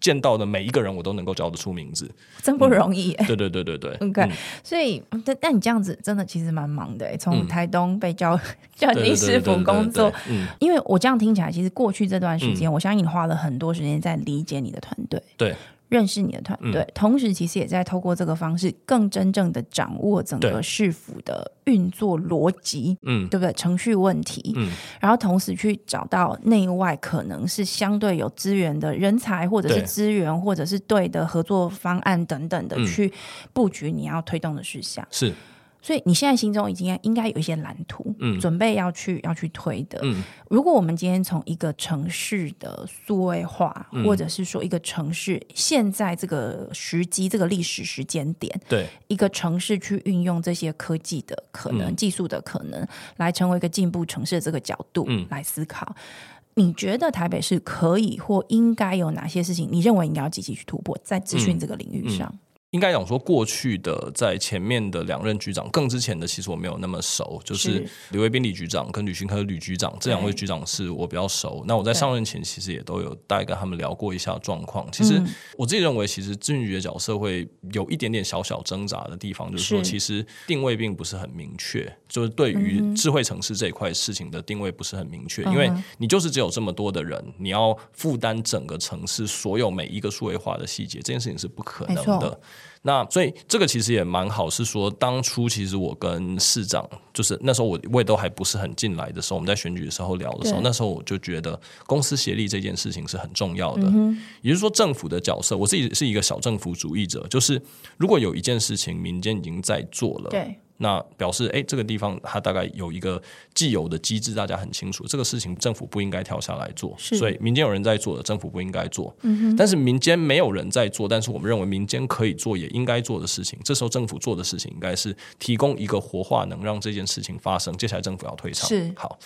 C: 见到的每一个人，我都能够叫得出名字。
B: (laughs) 真不容易耶。
C: 对对对对
B: (laughs)
C: 对，
B: OK，、所以但但你这样子真的其实蛮忙的耶，欸从台东被叫叫
C: 嗯对
B: 你师傅工作，，
C: 对对对对对嗯，
B: 因为我这样听起来，其实过去这段时间，我相信你花了很多时间在理解你的团队，
C: 对，嗯
B: 认识你的团队，同时其实也在透过这个方式，更真正的掌握整个
C: 对
B: 市府的运作逻辑，
C: 嗯
B: 对不对？程序问题，
C: 嗯
B: 然后同时去找到内外可能是相对有资源的人才，或者是
C: 对
B: 资源，或者是对的合作方案等等的，
C: 嗯
B: 去布局你要推动的事项。
C: 是，
B: 所以你现在心中已经应该有一些蓝图，
C: 嗯
B: 准备要去要去推的。
C: 嗯
B: 如果我们今天从一个城市的数位化，
C: 嗯
B: 或者是说一个城市现在这个时机、这个历史时间点，
C: 对，
B: 一个城市去运用这些科技的可能、
C: 嗯
B: 技术的可能，来成为一个进步城市的这个角度、
C: 嗯
B: 来思考。你觉得台北市可以或应该有哪些事情？你认为应该要积极去突破，在资
C: 嗯
B: 讯这个领域上？
C: 应该讲说，过去的在前面的两任局长，更之前的其实我没有那么熟，就是
B: 是
C: 刘卫斌李局长跟吕勋科吕局长这两位局长是我比较熟。那我在上任前其实也都有大概跟他们聊过一下状况。其
B: 嗯
C: 实我自己认为，其实咨询局的角色会有一点点小小挣扎的地方，就是说
B: 是嗯
C: 其实定位并不是很明确，就是对于智慧城市这一块事情的定位不是很明确，因为你就是只有这么多的人，你要负担整个城市所有每一个数位化的细节，这件事情是不可能
B: 没错
C: 的。那所以这个其实也蛮好，是说当初其实我跟市长，就是那时候我我也都还不是很进来的时候，我们在选举的时候聊的时候，
B: 对
C: 那时候我就觉得公司协力这件事情是很重要的。也就是说，政府的角色，我自己是一个小政府主义者，就是如果有一件事情民间已经在做了，
B: 对，
C: 那表示，哎，这个地方它大概有一个既有的机制，大家很清楚，这个事情政府不应该跳下来做，
B: 是
C: 所以民间有人在做的，政府不应该做。嗯、但是民间没有人在做，但是我们认为民间可以做也应该做的事情，这时候政府做的事情应该是提供一个活化，能让这件事情发生。接下来政府要退场，
B: 是
C: 好。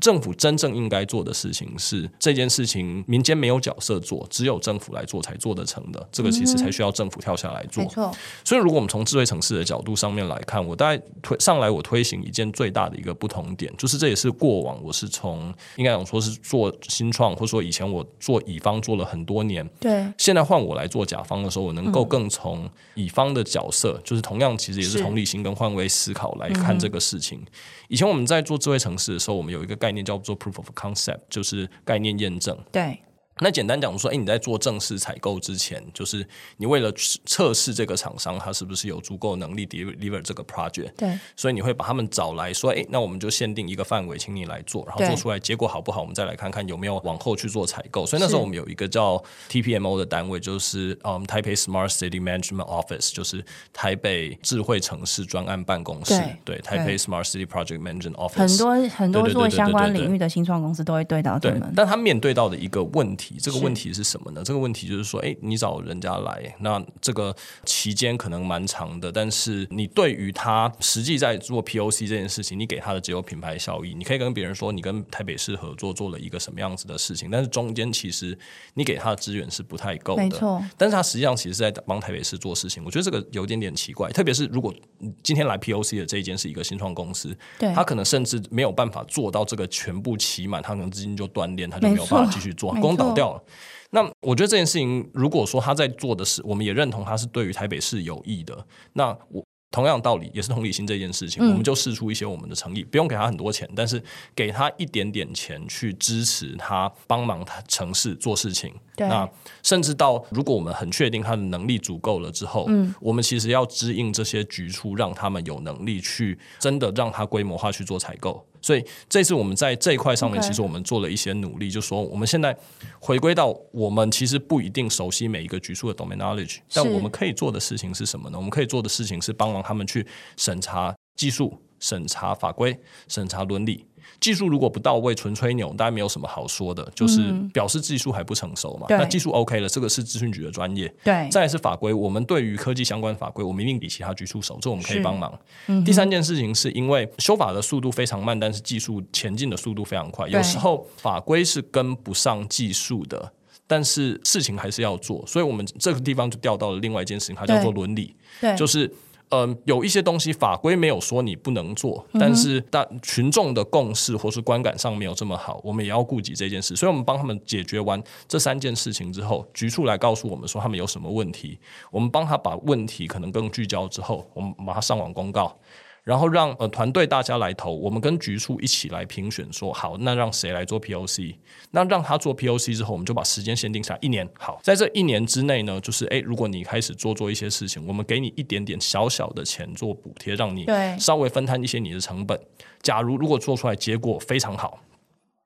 C: 政府真正应该做的事情是这件事情，民间没有角色做，只有政府来做才做得成的。这个其实
B: 嗯
C: 才需要政府跳下来做。
B: 没错，
C: 所以，如果我们从智慧城市的角度上面来看，我大概推上来，我推行一件最大的一个不同点，就是这也是过往我是从应该讲说是做新创，或者说以前我做乙方做了很多年，
B: 对，
C: 现在换我来做甲方的时候，我能够更从乙方的角色，就是同样其实也是
B: 是
C: 同理心跟换位思考来看这个事情。以前我们在做智慧城市的时候，我们有一个概念叫做 proof of concept，就是概念验证。
B: 对，
C: 那简单讲说，哎，你在做正式采购之前，就是你为了测测试这个厂商他是不是有足够能力 deliver 这个 project，
B: 对，
C: 所以你会把他们找来说，哎，那我们就限定一个范围，请你来做，然后
B: 对
C: 做出来结果好不好，我们再来看看有没有往后去做采购。所以那时候
B: 是
C: 我们有一个叫 TPMO 的单位，就是嗯、台北 Smart City Management Office，就是台北智慧城市专案办公室，对，台
B: 对
C: 北 Smart City Project Management Office，
B: 很多很多
C: 对对
B: 做
C: 对对
B: 相关
C: 对对
B: 领域的新创公司都会对到他
C: 对
B: 们，，
C: 但他面对到的一个问题，这个
B: 是
C: 问题是什么呢？这个问题就是说，哎，你找人家来，那这个期间可能蛮长的，但是你对于他实际在做 POC 这件事情，你给他的只有品牌效益。你可以跟别人说，你跟台北市合作做了一个什么样子的事情，但是中间其实你给他的资源是不太够的。
B: 没错，
C: 但是他实际上其实是在帮台北市做事情，我觉得这个有点点奇怪。特别是如果嗯今天来 POC 的这一间是一个新创公司，
B: 对
C: 他可能甚至没有办法做到这个全部期满，他可能资金就断裂，他就没有
B: 没错
C: 办法继续做，
B: 没错
C: 工倒掉了。那我觉得这件事情，如果说他在做的事，我们也认同他是对于台北市有益的，那我。同样道理，也是同理心这件事情，
B: 嗯
C: 我们就试出一些我们的诚意，不用给他很多钱，但是给他一点点钱去支持他，帮忙他城市做事情。
B: 对
C: 那甚至到如果我们很确定他的能力足够了之后，
B: 嗯
C: 我们其实要支应这些局处，让他们有能力去真的让它规模化去做采购。所以这次我们在这一块上面，
B: OK
C: 其实我们做了一些努力，就说我们现在回归到我们其实不一定熟悉每一个局处的 domain knowledge，但我们可以做的事情是什么呢？我们可以做的事情是帮忙他们去审查技术、审查法规、审查伦理。技术如果不到位，纯吹牛，大家没有什么好说的，就是表示技术还不成熟嘛。
B: 对
C: 那技术 OK 了，这个是资讯局的专业。
B: 对，
C: 再来是法规，我们对于科技相关法规，我们一定比其他局出手，这我们可以
B: 是嗯
C: 帮忙。嗯第三件事情是因为修法的速度非常慢，但是技术前进的速度非常快，有
B: 对
C: 时候法规是跟不上技术的。但是事情还是要做，所以我们这个地方就调到了另外一件事情，它叫做伦理。
B: 对，
C: 就是嗯、有一些东西法规没有说你不能做，但是大群众的共识或是观感上没有这么好，我们也要顾及这件事。所以，我们帮他们解决完这三件事情之后，局处来告诉我们说他们有什么问题，我们帮他把问题可能更聚焦之后，我们把它上网公告。然后让呃团队大家来投，我们跟局处一起来评选说，好，那让谁来做 POC？那让他做 POC 之后，我们就把时间限定下来一年。好，在这一年之内呢，就是诶，如果你开始做做一些事情，我们给你一点点小小的钱做补贴，让你
B: 对
C: 稍微分摊一些你的成本。假如如果做出来结果非常好，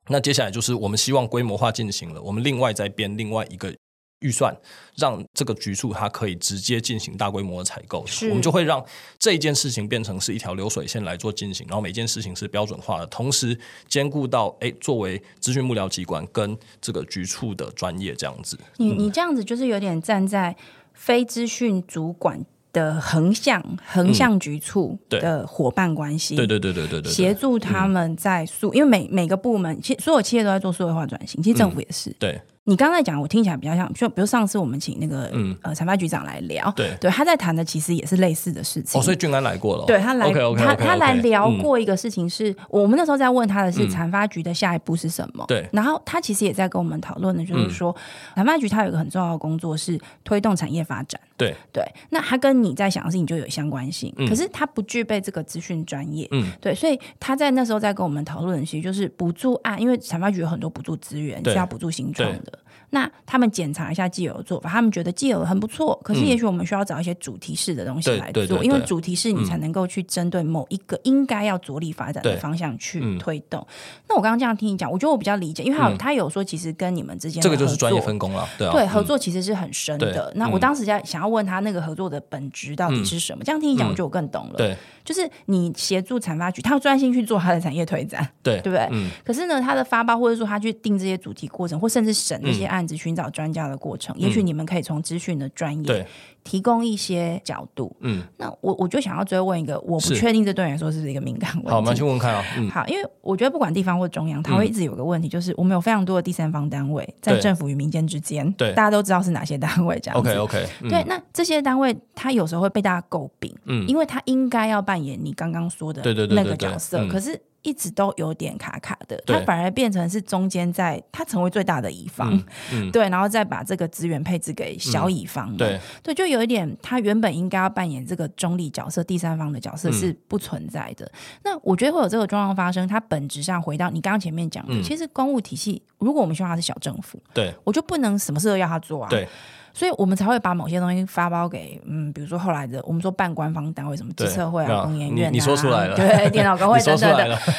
C: 那接下来就是我们希望规模化进行了，我们另外再编另外一个预算，让这个局处它可以直接进行大规模的采购，
B: 是
C: 我们就会让这一件事情变成是一条流水线来做进行，然后每件事情是标准化的，同时兼顾到哎作为资讯幕僚机关跟这个局处的专业这样子。
B: 你你这样子就是有点站在非资讯主管的横向横向局处
C: 嗯对
B: 的伙伴关系，
C: 对对对对对对嗯
B: 协
C: 对
B: 助他们在数，因为每每个部门，其实所有企业都在做数位化转型，其实
C: 嗯
B: 政府也是。
C: 对
B: 你刚才讲，我听起来比较像，就比如上次我们请那个、
C: 嗯
B: 呃产发局长来聊，
C: 对
B: 他在谈的其实也是类似的事情。
C: 哦，所以俊安来过了哦，嗯
B: 对他来
C: o k o k
B: 他他来聊过一个事情是，我们那时候在问他的是产发局的下一步是什么。
C: 对嗯
B: 然后他其实也在跟我们讨论的，就是说产发局它有一个很重要的工作是推动产业发展。
C: 对
B: 对，那他跟你在想的事情就有相关性，可是他不具备这个资讯专业。
C: 嗯
B: 对，所以他在那时候在跟我们讨论，其实就是补助案，因为产发局有很多补助资源
C: 对
B: 是要补助新创的。那他们检查一下既有的做法，他们觉得既有的很不错，可是也许我们需要找一些主题式的东西
C: 嗯对
B: 来
C: 对对
B: 做，
C: 对嗯
B: 因为主题式你才能够去针对某一个应该要着力发展的
C: 对
B: 方向去
C: 嗯
B: 推动。那我刚刚这样听你讲，我觉得我比较理解，因为他有、
C: 嗯
B: 他有说其实跟你们之间
C: 这个就
B: 的合
C: 是专业
B: 作
C: 分工了，对啊，
B: 对，合
C: 嗯
B: 作其实是很深的
C: 对。
B: 那我
C: 嗯
B: 当时在想要问他那个合作的本质到底是什么，这样听你讲我就更懂了。
C: 对
B: 就是你协助产发局，他要专心去做他的产业推
C: (laughs)
B: 展，
C: 对
B: 对不对？
C: 嗯
B: 可是呢，他的发包或者说他去定这些主题过程，或甚至审这些案子、寻找专家的过程，也许你们可以从资讯的专业
C: 嗯对
B: 提供一些角度。
C: 嗯，
B: 那我我就想要追问一个，我不
C: 是
B: 确定这对你来说是不是一个敏感问题。
C: 好，我们先问看啊，嗯，
B: 好，因为我觉得不管地方或中央，它会一直有个问题，就是我们有非常多的第三方单位在
C: 对
B: 政府与民间之间，
C: 对
B: 大家都知道是哪些单位这样子。
C: OK OK，嗯
B: 对，那这些单位它有时候会被大家诟病，
C: 嗯
B: 因为它应该要扮演你刚刚说的
C: 对对对
B: 那
C: 对
B: 个
C: 对
B: 角色，
C: 嗯
B: 可是一直都有点卡卡的，
C: 对
B: 它反而变成是中间在，它成为最大的乙方，
C: 嗯嗯
B: (laughs) 对，然后再把这个资源配置给小乙方嘛、
C: 对
B: 对，就有一点，他原本应该要扮演这个中立角色、第三方的角
C: 嗯
B: 色是不存在的。那我觉得会有这个状况发生，它本质上回到你刚刚前面讲的，
C: 嗯
B: 其实公务体系，如果我们希望它是小政府，
C: 对
B: 我就不能什么事都要他做啊。
C: 对，
B: 所以我们才会把某些东西发包给，嗯，比如说后来的我们说半官方单位，什么
C: 对
B: 自测会
C: 那
B: 啊、工研院啊、
C: 你你说出来了
B: 哦对，电脑工会
C: (laughs) 你说
B: 等
C: 出
B: 等
C: 来
B: 的。
C: 了，嗯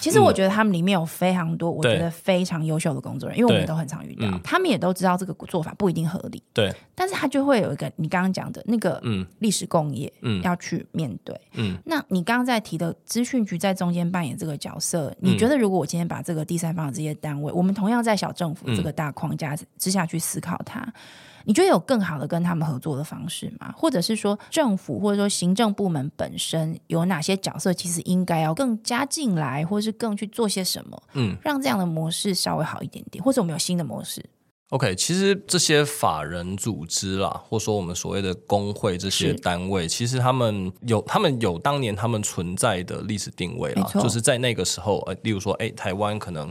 B: 其实我觉得他们里面有非常多，我
C: 对
B: 觉得非常优秀的工作人员，因为我们
C: 对
B: 都很常遇到
C: 嗯，
B: 他们也都知道这个做法不一定合理，
C: (laughs) 对，
B: 但是他就会有一个你刚刚讲的那个
C: 嗯
B: 历史共业
C: 嗯
B: 要去面对。
C: 嗯，
B: 那你刚刚在提的资讯局在中间扮演这个角色，
C: 嗯
B: 你觉得如果我今天把这个第三方的这些单位，我们同样在小政府这个大框架之下去思考它，你觉得有更好的跟他们合作的方式吗？或者是说政府或者说行政部门本身有哪些角色其实应该要更加进来，或是更去做些什么，
C: 嗯，
B: 让这样的模式稍微好一点点，或者我们有新的模式？
C: OK，其实这些法人组织啦，或说我们所谓的工会这些
B: 是
C: 单位，其实他们有他们有当年他们存在的历史定位啦
B: 没，错
C: 就是在那个时候，呃，例如说，哎，台湾可能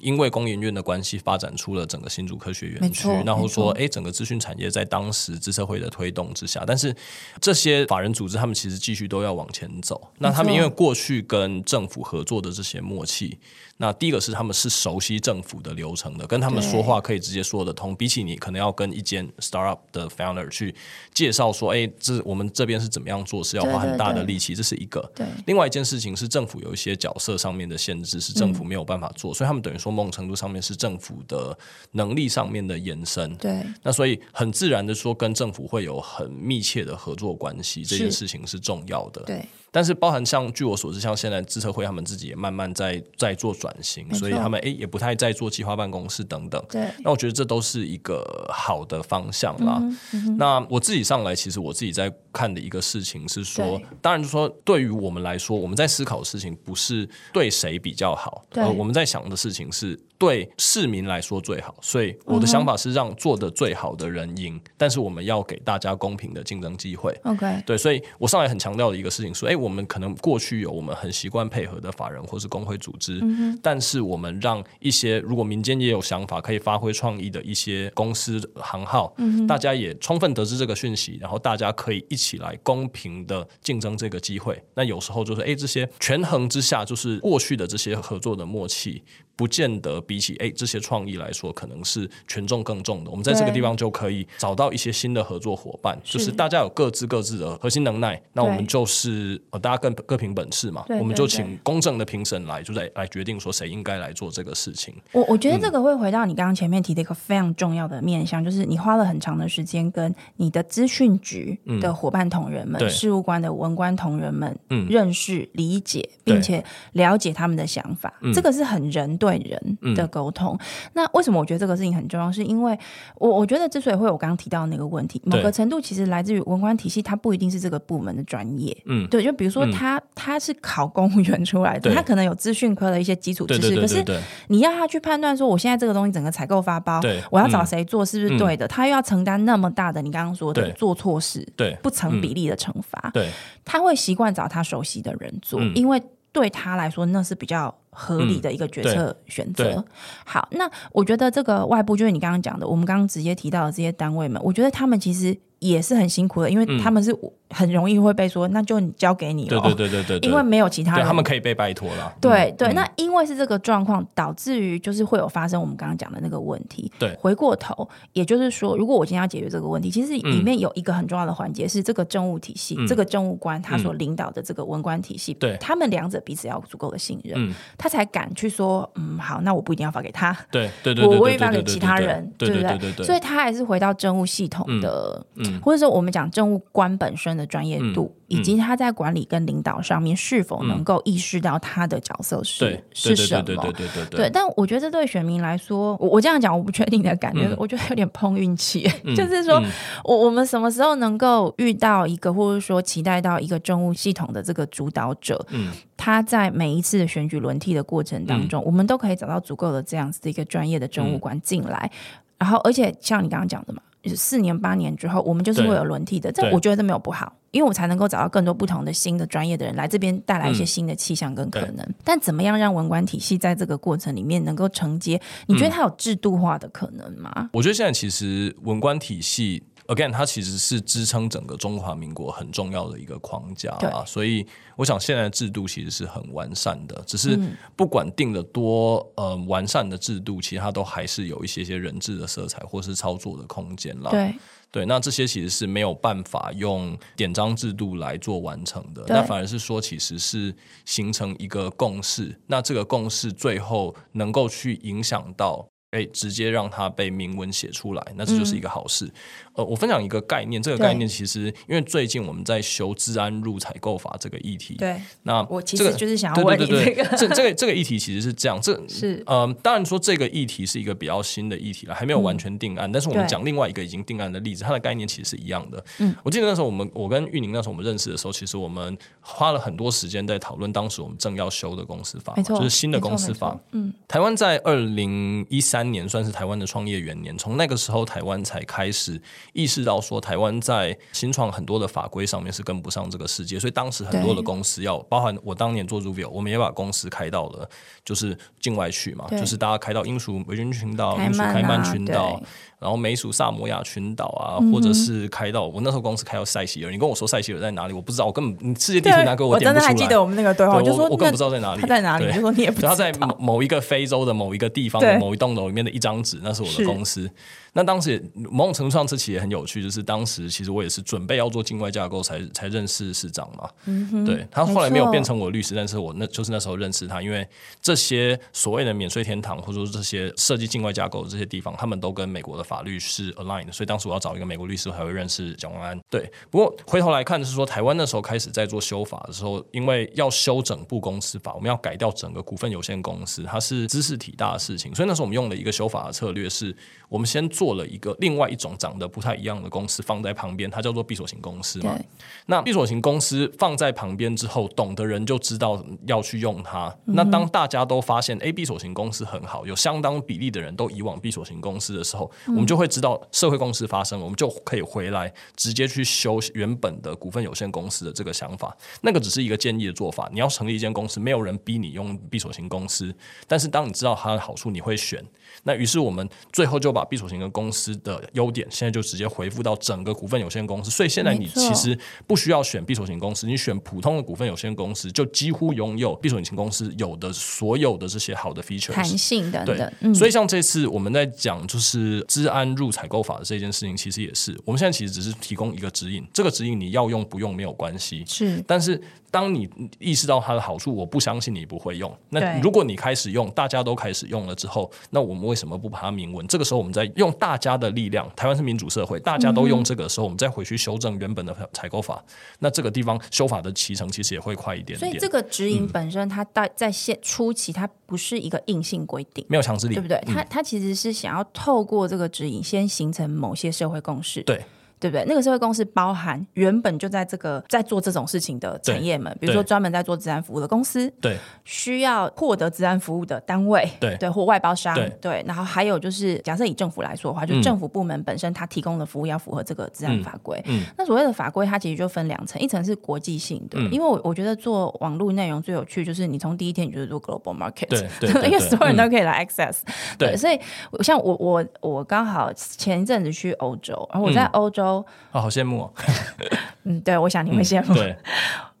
C: 因为工研院的关系，发展出了整个新竹科学园
B: 没
C: 区
B: 错，
C: 然后
B: 没错
C: 说，哎，整个资讯产业在当时资社会的推动之下，但是这些法人组织他们其实继续都要往前走。那他们因为过去跟政府合作的这些默契，那第一个是他们是熟悉政府的流程的，跟他们说话可以直接说得通。比起你可能要跟一间 startup 的 founder 去介绍说，哎，这我们这边是怎么样做，是要花
B: 对对
C: 很大的
B: 对
C: 力气，这是一个。
B: 对嗯
C: 另外一件事情是，政府有一些角色上面的限制，是政府没有办法做，所以他们等于说某种程度上面是政府的能力上面的延伸。
B: 对，
C: 那所以很自然的说，跟政府会有很密切的合作关系，这件事情是重要的。
B: 对，
C: 但是包含像据我所知，像现在自测会他们自己也慢慢在在做转型，
B: 错
C: 所以他们诶也不太在做计划办公室等等。
B: 对，
C: 那我觉得这都是一个好的方向啦。
B: 嗯
C: 那我自己上来，其实我自己在看的一个事情是说
B: 对，
C: 当然就说对于我们来说，我们在思考的事情不是对谁比较好，
B: 对
C: 我们在想的事情是对市民来说最好。所以
B: 嗯
C: 我的想法是让做的最好的人赢，但是我们要给大家公平的竞争机会。
B: OK，
C: 对，所以我上来很强调的一个事情是，哎，我们可能过去有我们很习惯配合的法人或是工会组织，但是我们让一些如果民间也有想法可以发挥创意的一些公司行号，大家也充分得知这个讯息，然后大家可以一起来公平的竞争这个机会。那有时候就是，哎，这些权衡之下，就是过去的这些合作的默契。不见得比起哎这些创意来说，可能是权重更重的。我们在这个
B: 对
C: 地方就可以找到一些新的合作伙伴，就是
B: 是
C: 大家有各自各自的核心能耐，那我们就是呃大家各各凭本事嘛，
B: 对
C: 我们
B: 对
C: 就
B: 对
C: 请公正的评审来，就来来决定说谁应该来做这个事情。
B: 我我
C: 嗯
B: 觉得这个会回到你刚刚前面提的一个非常重要的面向，就是你花了很长的时间跟你的资讯局的伙伴同仁们、
C: 嗯对
B: 事务官的文官同仁们、
C: 嗯
B: 认识、理解，
C: 对嗯
B: 并且了解他们的想法，这个是很人对人的沟通。那为什么我觉得这个事情很重要？是因为我我觉得之所以会有我刚刚提到的那个问题，某
C: 对
B: 个程度其实来自于文官体系，它不一定是这个部门的专业。
C: 嗯
B: 对，就比如说
C: 嗯
B: 他、他是考公务员出来的，
C: 对
B: 他可能有资讯科的一些基础知
C: 对
B: 识，
C: 对对
B: 可是
C: 对对
B: 你要他去判断说，我现在这个东西整个采购发包
C: 对，
B: 我要找
C: 嗯
B: 谁做是不是对的？他又要承担那么大的你刚刚说
C: 对
B: 的做错事
C: 对
B: 不成比例的惩罚，
C: 对
B: 他会习惯找他熟悉的人做，
C: 嗯
B: 因为对他来说那是比较合理的一个决策选择。
C: 对对
B: 好，那我觉得这个外部就是你刚刚讲的，我们刚刚直接提到的这些单位们，我觉得他们其实也是很辛苦的，因为他们是很容易会被说，那就交给你
C: 嗯对
B: 了，
C: 对对对对对，
B: 哦因为没有其他
C: 对
B: 人
C: 他们可以被拜托啦。嗯
B: 对对，那因为是这个状况，导致于就是会有发生我们刚刚讲的那个问题。
C: 对
B: 回过头，也就是说，如果我今天要解决这个问题，其实
C: 嗯
B: 里面有一个很重要的环节是这个政务体系，这个政务官他所领导的这个文官体系，
C: 嗯对
B: 他们两者彼此要有足够的信任，
C: 嗯
B: 他才敢去说，嗯，好，那我不一定要发给他。
C: 对对对对，
B: 我
C: 对
B: 我
C: 对
B: 也发给
C: 对对
B: 其
C: 对
B: 他
C: 对
B: 人，
C: 对
B: 不
C: 对对对对，
B: 所以他还是回到政务系统的，或者说我们讲政务官本身的专业度，
C: 嗯嗯
B: 以及他在管理跟领导上面是否能够意识到他的角色是、
C: 对，
B: 是
C: 对
B: 什么。
C: 对对对对对
B: 对，但我觉得这对选民来说，我我这样讲，我不确定你的感觉，
C: 嗯
B: 我觉得有点碰运气。
C: 嗯
B: (laughs) 就是说，
C: 嗯
B: 我我们什么时候能够遇到一个，或者说期待到一个政务系统的这个主导者，
C: 嗯
B: 他在每一次的选举轮替的过程当中，我们都可以找到足够的这样子的一个专业的
C: 嗯
B: 政务官进来，然后而且像你刚刚讲的嘛。四年八年之后，我们就是
C: 对
B: 会有轮替的，这
C: 对
B: 我觉得这没有不好，因为我才能够找到更多不同的新的专业的人来这边带来
C: 嗯
B: 一些新的气象跟可能。但怎么样让文官体系在这个过程里面能够承接？你觉得它有制度化的可能吗？
C: 我觉得现在其实文官体系，again，它其实是支撑整个中华民国很重要的一个框架啊。
B: 对
C: 所以我想现在的制度其实是很完善的，只是不管定了多呃完善的制度，其实它都还是有一些些人治的色彩或是操作的空间啦。
B: 对
C: 对，那这些其实是没有办法用典章制度来做完成的，
B: 对
C: 那反而是说其实是形成一个共识，那这个共识最后能够去影响到。哎，直接让它被明文写出来，那这就是一个好事。呃，我分享一个概念，这个
B: 嗯对
C: 概念其实因为最近我们在修治安入采购法这个议题，
B: 对，
C: 那
B: 我其
C: 这个
B: 实就是想要
C: 对
B: 问你
C: 对对
B: 这
C: 对，
B: 个，
C: 这这个这个议题其实是这样，这
B: 是
C: 呃，当然说这个议题是一个比较新的议题了，还没有完全定案。但是我们讲另外一个已经定案的例子，它的概念其实是一样的。嗯，我记得那时候我们我跟玉宁那时候我们认识的时候，其实我们花了很多时间在讨论当时我们正要修的公司法嘛，
B: 没错
C: 就是新的公司
B: 没
C: 法
B: 错。嗯，
C: 台湾在二零一三年算是台湾的创业元年，从那个时候台湾才开始意识到说，台湾在新创很多的法规上面是跟不上这个世界，所以当时很多的公司要，包含我当年做 Ruvio，我们也把公司开到了就是境外去嘛，
B: 对
C: 就是大家开到英属维京群岛、
B: 开
C: 英属
B: 曼
C: 开曼
B: 啊
C: 群
B: 对嗯
C: 岛，然后美属萨摩亚群岛啊，或者是开到我那时候公司开到塞西尔，你跟我说塞西尔在哪里，我不知道，我根本你世界地图拿给
B: 我
C: 点
B: 真
C: 不
B: 的
C: 出来。
B: 还记得我们那个对话，
C: 对
B: 就说
C: 我
B: 那
C: 我更不知道在哪里
B: 他在哪里，
C: 对
B: 你就说你也不知
C: 对，
B: 道
C: 他在某某一个非洲的某一个地方
B: 对
C: 的某一栋楼里面的一张纸，那是我的
B: 是
C: 公司。那当时也某种程度上，这其实也很有趣，就是当时其实我也是准备要做境外架构才才认识市长嘛。
B: 嗯
C: 对他后来没有变成我的律师，但是我那就是那时候认识他，因为这些所谓的免税天堂，或者说这些设计境外架构的这些地方，他们都跟美国的法律是 aligned，的所以当时我要找一个美国律师我才会认识蒋万安。对，不过回头来看是说，台湾那时候开始在做修法的时候，因为要修整部公司法，我们要改掉整个股份有限公司，它是知识体大的事情，所以那时候我们用了一个修法的策略是，我们先做了一个另外一种长得不太一样的公司放在旁边，它叫做闭锁型公司嘛。
B: 对
C: 那闭锁型公司放在旁边之后，懂的人就知道要去用它。
B: 嗯
C: 那当大家都发现哎 A、闭锁型公司很好，有相当比例的人都以往闭锁型公司的时候，我们
B: 嗯
C: 就会知道社会公司发生，我们就可以回来直接去修原本的股份有限公司的这个想法。那个只是一个建议的做法。你要成立一间公司，没有人逼你用闭锁型公司，但是当你知道它的好处，你会选。那于是我们最后就把闭锁型的公司的优点，现在就直接回复到整个股份有限公司。所以现在你
B: 没错
C: 其实不需要选闭锁型公司，你选普通的股份有限公司，就几乎拥有闭锁型公司有的所有的这些好的 features。
B: 弹性等
C: 对
B: 等，，嗯，
C: 所以像这次我们在讲就是治安入采购法的这件事情，其实也是我们现在其实只是提供一个指引，这个指引你要用不用没有关系。
B: 是
C: 但是当你意识到它的好处，我不相信你不会用。那
B: 对
C: 如果你开始用，大家都开始用了之后，那我们为什么不把它明文？这个时候我们再用大家的力量，台湾是民主社会，大家都用这个时候，我们再回去修正原本的采购法。那这个地方修法的期程其实也会快一点
B: 嗯所
C: 点，
B: 以这个指
C: 嗯
B: 引本身，它在在现初期，它不是一个硬性规定，
C: 没有强制力，
B: 对不对？
C: 嗯
B: 它它其实是想要透过这个指引，先形成某些社会共识，
C: 对
B: 对不对？那个社会共识包含原本就在这个在做这种事情的产业们，比如说
C: 对
B: 专门在做治安服务的公司，
C: 对
B: 需要获得治安服务的单位，
C: 对
B: 或外包商，
C: 对
B: 然后还有就是，假设以政府来说的话，就
C: 嗯
B: 政府部门本身它提供的服务要符合这个治安法规。
C: 嗯嗯
B: 那所谓的法规，它其实就分两层，一层是国际性的，
C: 嗯
B: 因为我我觉得做网络内容最有趣，就是你从第一天你就是做 global market，
C: 对对对
B: (laughs) 因为
C: 对嗯
B: 所有人都可以来 access，、
C: 对
B: 所以我像我我我刚好前一阵子去欧洲，然后我在
C: 嗯
B: 欧洲，
C: 啊，好羡慕哦，
B: (laughs) 嗯对，我想你会羡慕，
C: 对，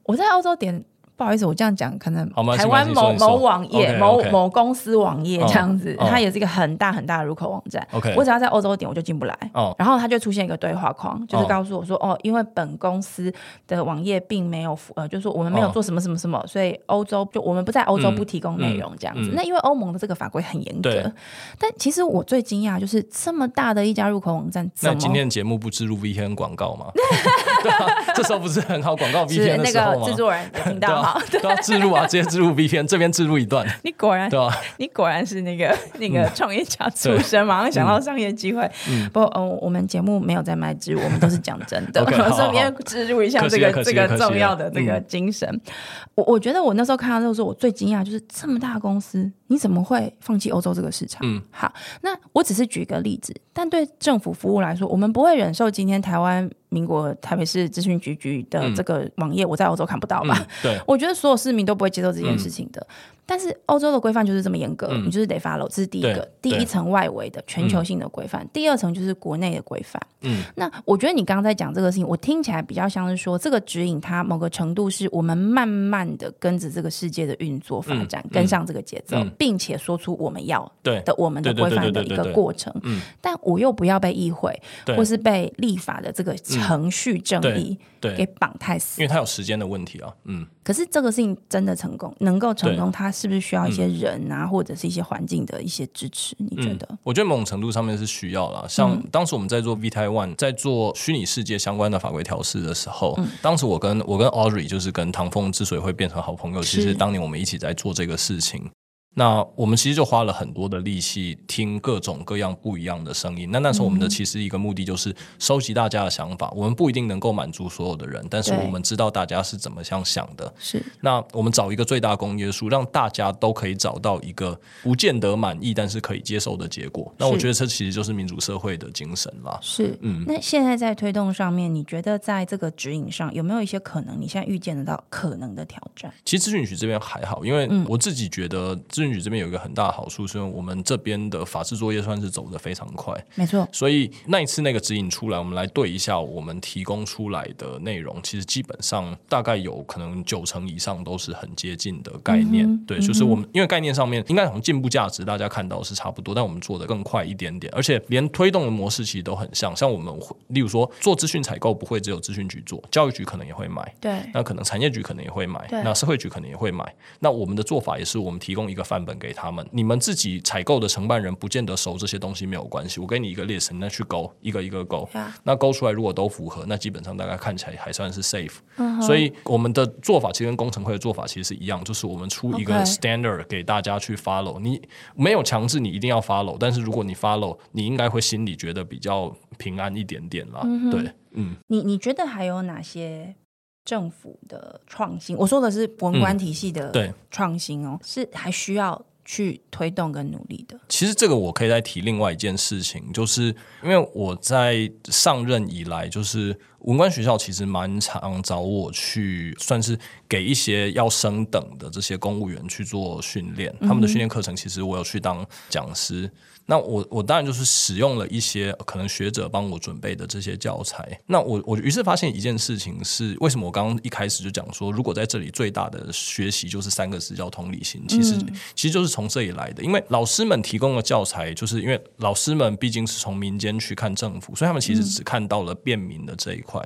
B: 我在欧洲点。不好意思，我这样讲可能
C: 好没关系
B: 台湾
C: 没
B: 某
C: 关系说你
B: 某
C: 说
B: 网页、
C: OK，
B: 某
C: OK
B: 某公司网页这样子，
C: 哦哦
B: 它也是一个很大很大的入口网站。
C: OK
B: 我只要在欧洲点我就进不来
C: 哦，
B: 然后它就出现一个对话框，就是
C: 哦
B: 告诉我说，哦，因为本公司的网页并没有符，呃，就是说我们没有
C: 哦
B: 做什么什么什么，所以欧洲就我们不在欧洲
C: 嗯
B: 不提供内容这样子
C: 嗯嗯。
B: 那因为欧盟的这个法规很严
C: 对
B: 格，但其实我最惊讶就是这么大的一家入口网站，
C: 那
B: 怎
C: 今
B: 么
C: 天节目不植入 VPN 广告吗？ (laughs) 对啊，这时候不是很好广告
B: 是
C: VPN 的
B: 那
C: 时候
B: 个
C: 吗？
B: 制作人有听
C: (laughs) 对
B: 到
C: 啊
B: 哈？，
C: 都要植入啊，直接植入 VPN，这边植入一段，
B: 你果然
C: 对啊吧？
B: 你果然是那
C: (laughs)
B: 个那个创业家出身，马上想到商业机会。不，嗯、我们节目没有在卖植入，我们都是讲真的
C: (laughs) OK，好好好
B: 顺便植入一下这个
C: 可
B: 这
C: 惜了
B: 个
C: 可惜了嗯
B: 重要的这个精神。我我觉得我那时候看到这个时候，我最惊讶就是这么大的公司，你怎么会放弃欧洲这个市场？
C: 嗯，
B: 好，那我只是举一个例子，但对政府服务来说，我们不会忍受今天台湾民国台北市资讯局局的
C: 嗯
B: 这个网页我在欧洲看不到吧？
C: 嗯，对，
B: 我觉得所有市民都不会接受这件事情的。但是欧洲的规范就是这么严格，
C: 嗯
B: 你就是得 follow，这是第一个
C: 对，
B: 第
C: 对
B: 一层外围的全球性的规范，第二层就是国内的规范。
C: 嗯，
B: 那我觉得你刚刚在讲这个事情，我听起来比较像是说，这个指引它某个程度是我们慢慢的跟着这个世界的运作发展，
C: 嗯嗯
B: 跟上这个节奏，
C: 嗯
B: 并且说出我们要
C: 对，
B: 的我们的
C: 对对
B: 规
C: 对
B: 范
C: 对
B: 的一
C: 对
B: 个
C: 对
B: 过程。
C: 嗯
B: 但我又不要被议会
C: 对嗯
B: 或是被立法的这个程序正
C: 对
B: 义
C: 对，
B: 给绑太死
C: 因为它有时间的问题啊，嗯，
B: 可是这个事情真的成功，能够成功，它是不是需要一些人
C: 嗯
B: 啊，或者是一些环境的一些支持？你觉得？
C: 我觉得某种程度上面是需要啦。
B: 嗯
C: 像当时我们在做 VTI One，在做虚拟世界相关的法规调试的时候，
B: 嗯
C: 当时我跟我跟 Audrey 就是跟唐凤之所以会变成好朋友，
B: 是
C: 其实当年我们一起在做这个事情。那我们其实就花了很多的力气听各种各样不一样的声音。那那时候
B: 嗯
C: 我们的其实一个目的就是收集大家的想法。我们不一定能够满足所有的人，但是
B: 对
C: 我们知道大家是怎么样想的。
B: 是
C: 那我们找一个最大公约数，让大家都可以找到一个不见得满意，但是可以接受的结果。那我觉得这其实就是民主社会的精神啦。
B: 是，
C: 嗯
B: 那现在在推动上面，你觉得在这个指引上有没有一些可能？你现在预见得到可能的挑战？
C: 其实咨询局这边还好，因为我自己觉得咨询局这边有一个很大的好处，是因为我们这边的法制作业算是走得非常快。
B: 没错，
C: 所以那一次那个指引出来，我们来对一下我们提供出来的内容，其实基本上大概有可能九成以上都是很接近的概念。
B: 嗯
C: 对，就是我们因为概念上面应该从进步价值大家看到是差不多，但我们做的更快一点点，而且连推动的模式其实都很像。像我们会，例如说做资讯采购不会只有资讯局做，教育局可能也会买。
B: 对，
C: 那可能产业局可能也会买，
B: 对
C: 那社会局可能也会买。那我们的做法也是，我们提供一个范本给他们，你们自己采购的承办人不见得熟这些东西没有关系，我给你一个 list，你再去勾一个一个勾。
B: 呀
C: 那勾出来如果都符合，那基本上大概看起来还算是 safe。所
B: 嗯
C: 以我们的做法其实跟工程会的做法其实是一样，就是我们出一个
B: OK
C: standard 给大家去 follow。你没有强制你一定要 follow，但是如果你 follow，你应该会心里觉得比较平安一点点啦。对，嗯。
B: 你你觉得还有哪些？政府的创新，我说的是文官体系
C: 嗯对
B: 的创新哦，是还需要去推动跟努力的。
C: 其实这个我可以再提另外一件事情，就是因为我在上任以来，就是文官学校其实蛮常找我去，算是给一些要升等的这些公务员去做训练。他们的训练课程其实我有去当讲师。那我我当然就是使用了一些可能学者帮我准备的这些教材。那我我于是发现一件事情是，为什么我刚刚一开始就讲说，如果在这里最大的学习就是三个字叫同理心，其实、其实就是从这里来的。因为老师们提供的教材，就是因为老师们毕竟是从民间去看政府，所以他们其实只看到了便民的这一块。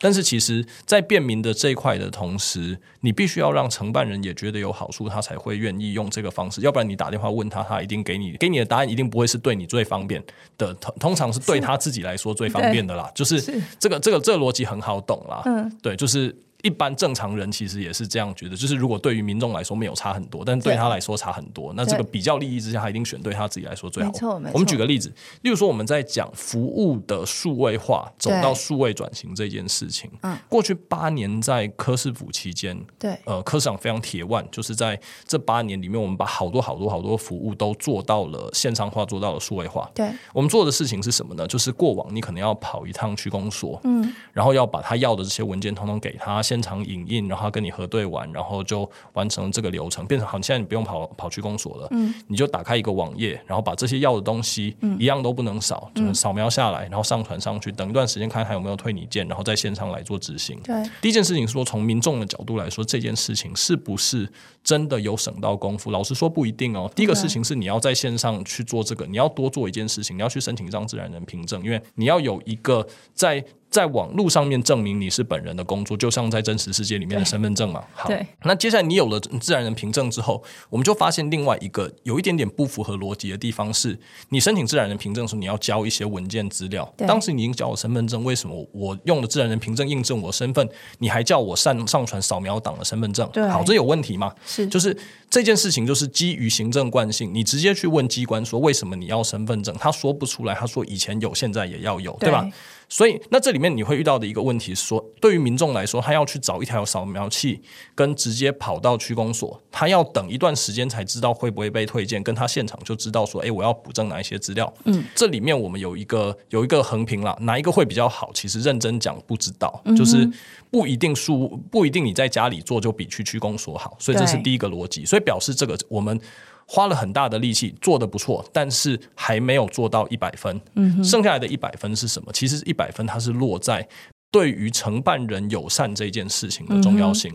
C: 但是其实，在便民的这一块的同时，你必须要让承办人也觉得有好处，他才会愿意用这个方式。要不然你打电话问他，他一定给你给你的答案一定不会是对你最方便的，通通常是对他自己来说最方便的啦。就是这个这个这个逻辑很好懂啦，嗯，对，就是。一般正常人其实也是这样觉得，就是如果对于民众来说没有差很多，但对他来说差很多，那这个
B: 对
C: 比较利益之下，他一定选对他自己来说最好。
B: 没错没错
C: 我们举个例子，例如说我们在讲服务的数位化，走
B: 对
C: 到数位转型这件事情，
B: 嗯
C: 过去八年在科市府期间，
B: 对，
C: 呃，科市长非常铁腕，就是在这八年里面，我们把好多好多好多服务都做到了线上化，做到了数位化。
B: 对，
C: 我们做的事情是什么呢？就是过往你可能要跑一趟区公所，嗯，然后要把他要的这些文件通通给他，线现场影印，然后他跟你核对完，然后就完成这个流程，变成好，你现在你不用跑跑去公所了，嗯，你就打开一个网页，然后把这些要的东西一样都不能少，就是扫描下来，然后上传上去，等一段时间看还有没有退你件，然后在线上来做执行。
B: 对，
C: 第一件事情是说，从民众的角度来说，这件事情是不是真的有省到功夫？老实说不一定哦。第一个事情是你要在线上去做这个，你要多做一件事情，你要去申请让自然人凭证，因为你要有一个在。在网络上面证明你是本人的工作，就像在真实世界里面的身份证嘛。好
B: 对，
C: 那接下来你有了自然人凭证之后，我们就发现另外一个有一点点不符合逻辑的地方是，你申请自然人凭证的时候，你要交一些文件资料。
B: 对
C: 当时你已经交我身份证，为什么我用了自然人凭证印证我身份，你还叫我上上传扫描档的身份证？
B: 对
C: 好，这有问题吗？
B: 是
C: 就是这件事情就是基于行政惯性，你直接去问机关说为什么你要身份证，他说不出来，他说以前有，现在也要有，对
B: 对
C: 吧？所以，那这里面你会遇到的一个问题是说，对于民众来说，他要去找一条扫描器，跟直接跑到区公所，他要等一段时间才知道会不会被推荐，跟他现场就知道说，哎，我要补正哪一些资料。嗯，这里面我们有一个有一个横评啦，哪一个会比较好？其实认真讲不知道，就是不一定数不一定你在家里做就比去区公所好，所以这是
B: 对
C: 第一个逻辑。所以表示这个我们。花了很大的力气，做的不错，但是还没有做到一百分。嗯，剩下来的一百分是什么？其实一百分它是落在对于承办人友善这件事情的重要性。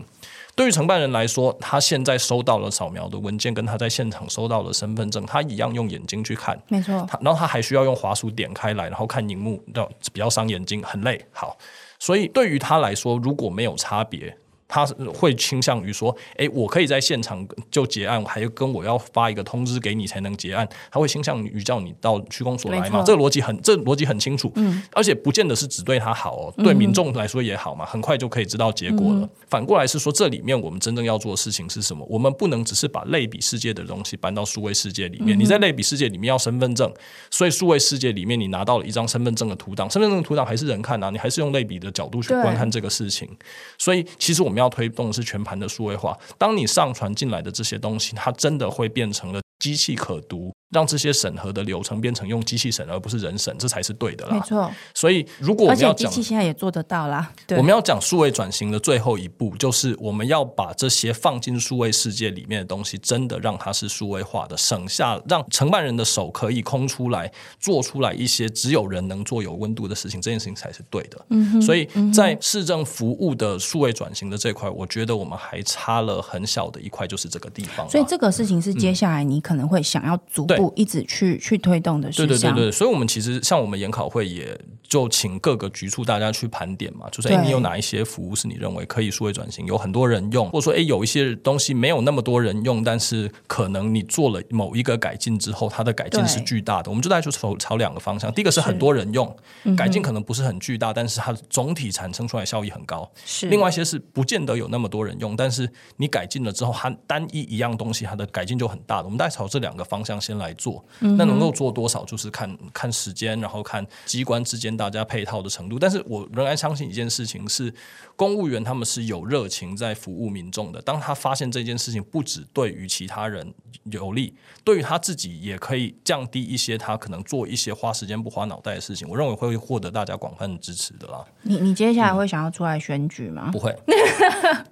C: 对于承办人来说，他现在收到了扫描的文件，跟他在现场收到的身份证，他一样用眼睛去看。
B: 没错，
C: 他然后他还需要用滑鼠点开来，然后看荧幕，那比较伤眼睛，很累。好，所以对于他来说，如果没有差别，他是会倾向于说，诶，我可以在现场就结案，还跟我要发一个通知给你才能结案，他会倾向于叫你到区公所来嘛
B: 没错？嗯
C: 这个逻辑很，这个逻辑很清楚，而且不见得是只对他好哦，对民众来说也好嘛，很快就可以知道结果了。
B: 嗯
C: 反过来是说，这里面我们真正要做的事情是什么？我们不能只是把类比世界的东西搬到数位世界里
B: 嗯
C: 面。你在类比世界里面要身份证，所以数位世界里面你拿到了一张身份证的图档，身份证的图档还是人看啊，你还是用类比的角度去
B: 对
C: 观看这个事情。所以，其实我们要推动的是全盘的数位化。当你上传进来的这些东西，它真的会变成了机器可读，让这些审核的流程变成用机器审，而不是人审，这才是对的
B: 没
C: 啦。
B: 错，
C: 所以，如果我
B: 而
C: 们要
B: 且机
C: 讲，
B: 器现在也做得到啦。对，
C: 我们要讲数位转型的最后一步，就是我们要把这些放进数位世界里面的东西，真的让它是数位化的，省下让承办人的手可以空出来，做出来一些只有人能做有温度的事情，这件事情才是对的。嗯、所以在市政服务的数位转型的这一块，我觉得我们还差了很小的一块，就是这个地方啦。
B: 所以这个事情是
C: 嗯
B: 接下来你可能会想要逐步一直去去推动的
C: 对
B: 事
C: 对对
B: 项。
C: 对，所以我们其实像我们研考会也就请各个局处大家去盘点嘛，就是
B: 对
C: 哎，你有哪一些服务是你认为可以数位转型，有很多人用，或者说哎，有一些东西没有那么多人用，但是可能你做了某一个改进之后，它的改进
B: 对
C: 是巨大的。我们就大概就朝朝两个方向，第一个是很多人用，
B: 嗯
C: 改进可能不是很巨大，但是它总体产生出来效益很高。
B: 是
C: 另外一些是不见得有那么多人用，但是你改进了之后，它单一一样东西，它的改进就很大的。我们大概朝这两个方向先来做，那能够做多少，就是看看时间，然后看机关之间大家配套的程度。但是我仍然相信一件事情是，公务员他们是有热情在服务民众的。当他发现这件事情不只对于其他人有利，对于他自己也可以降低一些他可能做一些花时间不花脑袋的事情，我认为会获得大家广泛的支持的啦。
B: 你你接
C: 嗯
B: 下来会想要出来选举吗
C: 不？会，